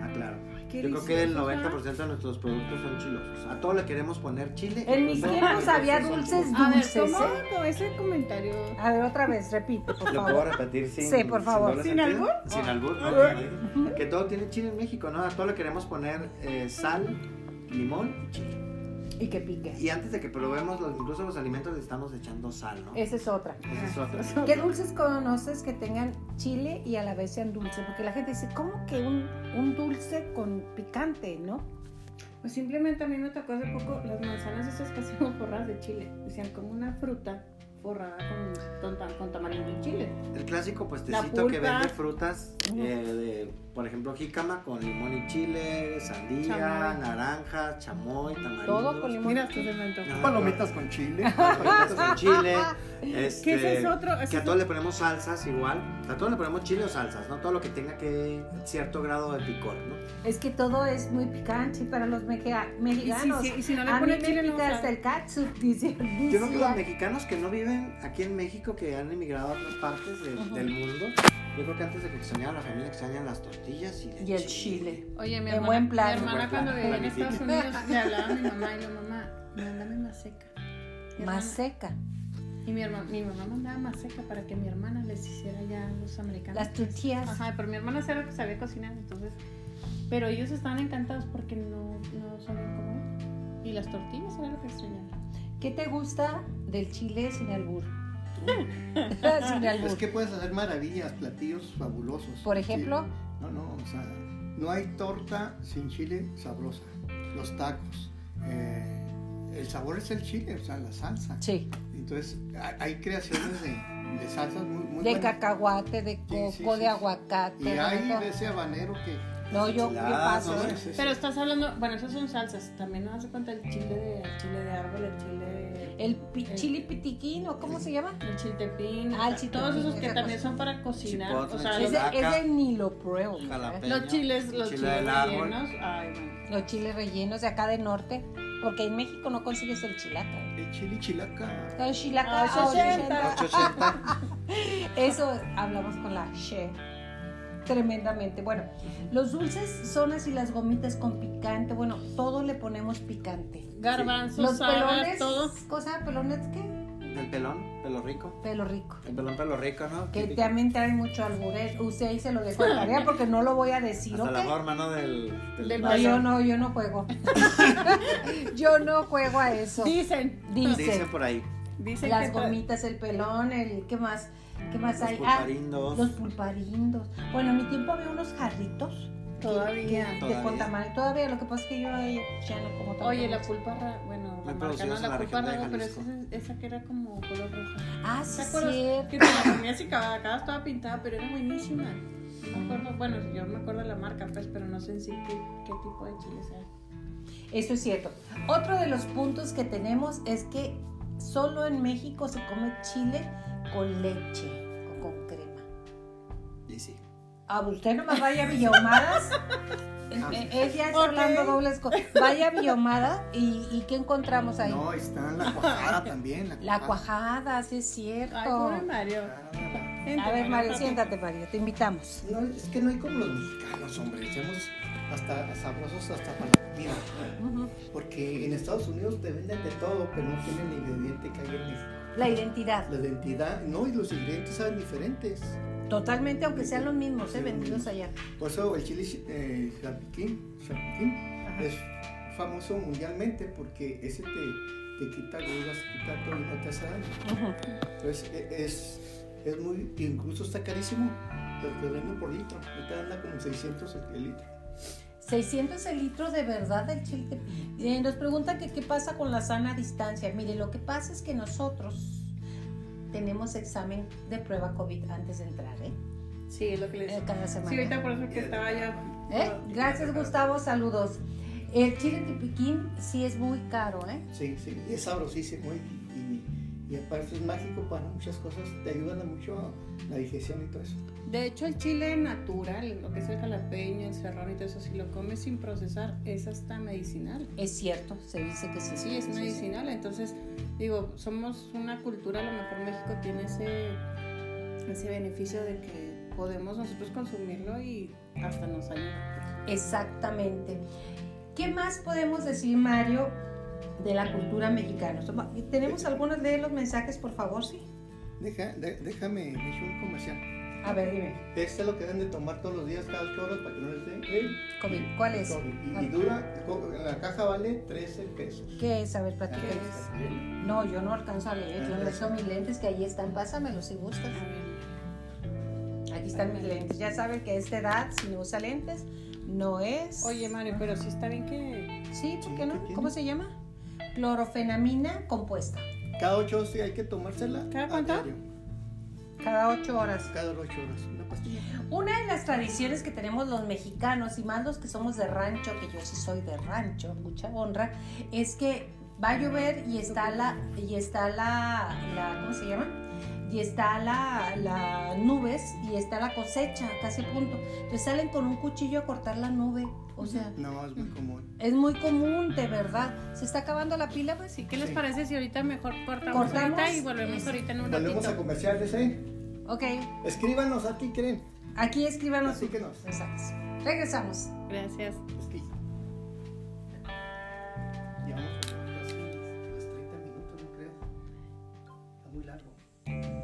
S3: Ah, claro.
S2: qué
S3: Yo creo que el
S2: delicioso,
S3: 90% de nuestros productos son chilosos. A todo le queremos poner chile.
S1: En mis
S3: Son
S1: tiempos había
S3: son
S1: dulces
S3: chilosos.
S2: A ver,
S1: Dulces,
S2: ¿cómo?
S1: ¿eh?
S2: Con ese comentario.
S1: A ver, otra vez, repite, por
S3: ¿Lo puedo
S1: favor.
S3: repetir sin,
S1: Sí, por favor.
S3: doble
S2: ¿Sin
S3: sentido?
S2: albur?
S3: Sin albur, no, Que todo tiene chile en México, ¿no? A todo le queremos poner eh, sal, limón y chile.
S1: Y que pique.
S3: Y antes de que probemos los, incluso los alimentos le estamos echando sal, ¿no?
S1: Esa es otra.
S3: Esa es otra.
S1: ¿Qué dulces conoces que tengan chile y a la vez sean dulces? Porque la gente dice, ¿cómo que un, un dulce con picante, no?
S2: Pues simplemente a mí me tocó hace poco las manzanas esas que hacemos forradas de chile. Decían como una fruta forrada con, con, con tamarindo y chile.
S3: El clásico puestecito que
S2: pulpa.
S3: vende frutas, eh, de, por ejemplo, jícama con limón y chile, sandía,
S2: Chamoy.
S3: naranja, chamoy, tamarindos.
S1: Todo con limón.
S2: Mira, esto se me antojó.
S3: Ajá.
S4: Palomitas con chile.
S3: palomitas con chile. Este,
S2: ¿Qué ese es otro? Ese
S3: Que a
S2: es
S3: todos le ponemos salsas igual. A todos le ponemos chile o salsas, ¿no? Todo lo que tenga que cierto grado de picor, ¿no?
S1: Es que todo es muy picante para los meja-
S2: Y si,
S1: mexicanos.
S2: si- y si no le
S1: a mí me
S2: ponen chile,
S1: pica
S2: no
S1: hasta
S2: sabe.
S1: el catsup, dice.
S3: Yo creo que los
S1: Lucía.
S3: mexicanos que no viven aquí en México, que han emigrado a otras partes de-
S1: Ujú.
S3: del mundo, yo creo que antes de que extrañaran a la familia, extrañan las tortillas y, el
S1: Y el chile.
S2: Oye, mi
S1: En
S2: hermana,
S1: buen plan,
S2: mi
S1: en
S2: hermana
S3: buen plan,
S2: cuando vivía en
S3: planifica.
S2: Estados Unidos le hablaba a mi mamá y la mamá, mándame más seca. Mi
S1: Más
S2: hermana-
S1: seca.
S2: Y mi, herma- mi mamá mandaba más seca para que mi hermana les hiciera ya los americanos.
S1: Las tortillas.
S2: Ajá, pero mi hermana era la que sabía cocinar, entonces. Pero ellos estaban encantados porque no, no sabían comer. Y las tortillas eran lo que extrañaban.
S1: ¿Qué te gusta del chile sin albur? sin albur.
S4: Es que puedes hacer maravillas, platillos fabulosos.
S1: Por ejemplo,
S4: Sí. No, no, o sea, no hay torta sin chile sabrosa. Los tacos. eh, el sabor es el chile, o sea, la salsa.
S1: sí.
S4: Entonces, hay, hay creaciones de, de salsas muy, muy
S1: de
S4: buenas.
S1: cacahuate, de coco,
S4: sí,
S1: de
S4: sí.
S1: aguacate.
S4: Y
S1: de
S4: hay
S1: todo.
S4: de ese habanero que...
S1: No, yo, yo
S3: Enchiladas,
S1: paso.
S3: no
S1: ¿eh?
S3: sé.
S4: Sí, sí,
S2: Pero estás hablando, bueno, esas son salsas. También nos hace cuenta el chile de, el chile de árbol, el chile de.
S1: El pi- chile pitiquín, ¿o cómo se llama?
S2: El chiltepín,
S1: Ah, el chiltepín,
S2: todos esos
S1: esa
S2: que
S1: cosa.
S2: también son para cocinar.
S3: Chipotle,
S2: o sea,
S3: chile
S2: los-
S1: Ese,
S3: Acá.
S1: ese ni lo pruebo. ¿eh?
S3: Jalapeño.
S2: Los chiles, los
S3: Chile
S2: chiles
S3: del árbol.
S2: rellenos. Ay, bueno.
S1: Los chiles rellenos de acá del norte. Porque en México no consigues el chilaca.
S4: El chile chilaca.
S1: El chilaca.
S2: Ah,
S1: ah,
S2: ochenta.
S3: 880.
S1: Eso hablamos con la She. Tremendamente. Bueno, los dulces son así las gomitas con picante. Bueno, todo le ponemos picante.
S2: Garbanzos,
S1: Los
S2: salas,
S1: pelones,
S2: todo.
S1: cosa de pelones, ¿qué?
S3: El pelón, pelo rico.
S1: Pelo rico.
S3: El pelón, pelo rico, ¿no?
S1: Que
S3: Típico.
S1: también trae mucho albures. Usted ahí se lo dejo de tarea porque no lo voy a decir,
S3: Hasta la
S1: ¿ok?
S3: forma, ¿no? Del,
S2: Del
S1: No, yo no, yo no juego. yo no juego a eso.
S2: Dicen,
S1: Dice.
S3: Dicen por ahí.
S2: dicen
S1: Las
S2: que tra-
S1: gomitas, el pelón, el ¿qué más? ¿Qué más
S3: Los
S1: hay? Ah,
S3: pulparindos.
S1: Los pulparindos. Bueno, en mi tiempo había unos jarritos. que-
S2: Todavía.
S1: que-
S3: Todavía.
S1: De contamal. Todavía, lo que pasa es que yo ahí ya no como tanto.
S2: Oye, la pulpa ra- bueno, la
S3: Muy
S2: marca no,
S3: producidas en
S2: la
S3: la
S2: pulpa
S3: región de
S2: rara, pero esa,
S3: Jalisco.
S2: esa que era como color roja.
S1: Ah,
S2: ¿Te
S1: sí,
S2: acuerdas?
S1: cierto.
S2: Que te la comías y acababa, acababas toda pintada, pero era buenísima. No me acuerdo, bueno, yo me acuerdo de la marca, pues, pero no sé en sí qué, qué tipo de chile sea.
S1: Eso es cierto. Otro de los puntos que tenemos es que solo en México se come chile con leche o con crema.
S3: Y sí.
S1: A usted nomás vaya a Villomadas. Eh, Ella está
S2: Ah, Ok.
S1: hablando dobles cosas. Vaya a Villomada y, y ¿qué encontramos ahí?
S4: No, está la cuajada también.
S1: La cuajada, sí es cierto.
S2: Ay, pobre Mario.
S1: a ver, Mario, siéntate, Mario, te invitamos.
S4: No, es que no hay como los mexicanos, hombre. Somos hasta sabrosos hasta para la comida.
S1: Ujú.
S4: Porque en Estados Unidos te venden de todo, pero no tienen el ingrediente que hay en México.
S1: La identidad.
S4: La identidad, no, y los ingredientes saben diferentes.
S1: Totalmente, aunque sean los mismos, eh, vendidos allá.
S4: Por eso el chile eh, chapiquín, chapiquín
S1: Ajá.
S4: es famoso mundialmente porque ese te, te quita grudas, te quita todo y no te hace daño.
S1: Ujú.
S4: Entonces e- es, es muy, incluso está carísimo, lo te venden por litro, ahorita anda como 600 el- el litro.
S1: 600 el litro de verdad del chile. tepil. Eh, nos preguntan que qué pasa con la sana distancia. Mire, lo que pasa es que nosotros tenemos examen de prueba COVID antes de entrar, ¿eh?
S2: Sí, es lo que le
S1: Eh,
S2: decía.
S1: Cada semana.
S2: Pues, Sí, ahorita por eso que estaba ya.
S1: ¿Eh? Gracias, Gustavo. Saludos. El chile tipiquín sí es muy caro, ¿eh?
S4: Sí, sí, y es sabrosísimo y, y, y aparte es mágico para muchas cosas, te ayudan a mucho la digestión y todo eso.
S2: De hecho, el chile natural, lo que es el jalapeño, el serrano y todo eso, si lo comes sin procesar, es hasta medicinal.
S1: Es cierto, se dice que sí.
S2: Sí, es
S1: sí.
S2: medicinal. Entonces, digo, somos una cultura, a lo mejor México tiene ese, ese beneficio de que podemos nosotros consumirlo y hasta nos ayuda.
S1: Exactamente. ¿Qué más podemos decir, Mario, de la cultura mexicana? Toma- Tenemos algunos de los mensajes, por favor, sí.
S4: Deja, de- déjame, hecho un comercial.
S1: A ver, dime.
S4: Este es lo que deben de tomar todos los días, cada 8 horas, para que no les dé el
S1: COVID, ¿cuál es?
S4: COVID. Y, y dura, la caja vale 13 pesos.
S1: ¿Qué es? A ver,
S4: Aquí
S1: platícanos.
S4: está, bien.
S1: No, yo no alcanzo a leer. Yo necesito mis lentes que ahí están. Pásamelos si gustas.
S2: A ver.
S1: Aquí están mis lentes. Ya saben que a esta edad, si no usa lentes, no es.
S2: Oye, Mario, pero sí está bien que.
S1: Sí, ¿por
S4: Sí,
S1: qué no?
S4: ¿qué tiene?
S1: ¿Cómo se llama? Clorofenamina compuesta.
S4: Cada 8 horas sí hay que tomársela.
S2: ¿Cada
S4: a
S2: cuánto?
S4: diario.
S1: Cada ocho horas.
S4: Cada 8 horas, una pastilla.
S1: Una de las tradiciones que tenemos los mexicanos, y más los que somos de rancho, que yo sí soy de rancho, mucha honra, es que va a llover y está la, y está la, la- ¿cómo se llama? Y está la, la nubes y está la cosecha, casi a punto. Entonces salen con un cuchillo a cortar la nube. O sea,
S4: No, es muy común.
S1: es muy común, de verdad. Se está acabando la pila, pues.
S2: ¿Qué les
S4: Sí.
S2: parece si ahorita mejor cortamos,
S1: Cortamos
S2: ahorita y volvemos
S1: y-
S2: ahorita en un
S4: Volvemos a
S2: ratito?
S4: comerciales, ¿eh?
S1: Ok,
S4: Escríbanos a ti, creen.
S1: aquí escríbanos
S4: Así
S1: sus
S4: que nos.
S1: mensajes. Regresamos.
S2: Gracias.
S4: Es que. Llevamos como casi unos 30 minutos, no creo. Está muy largo.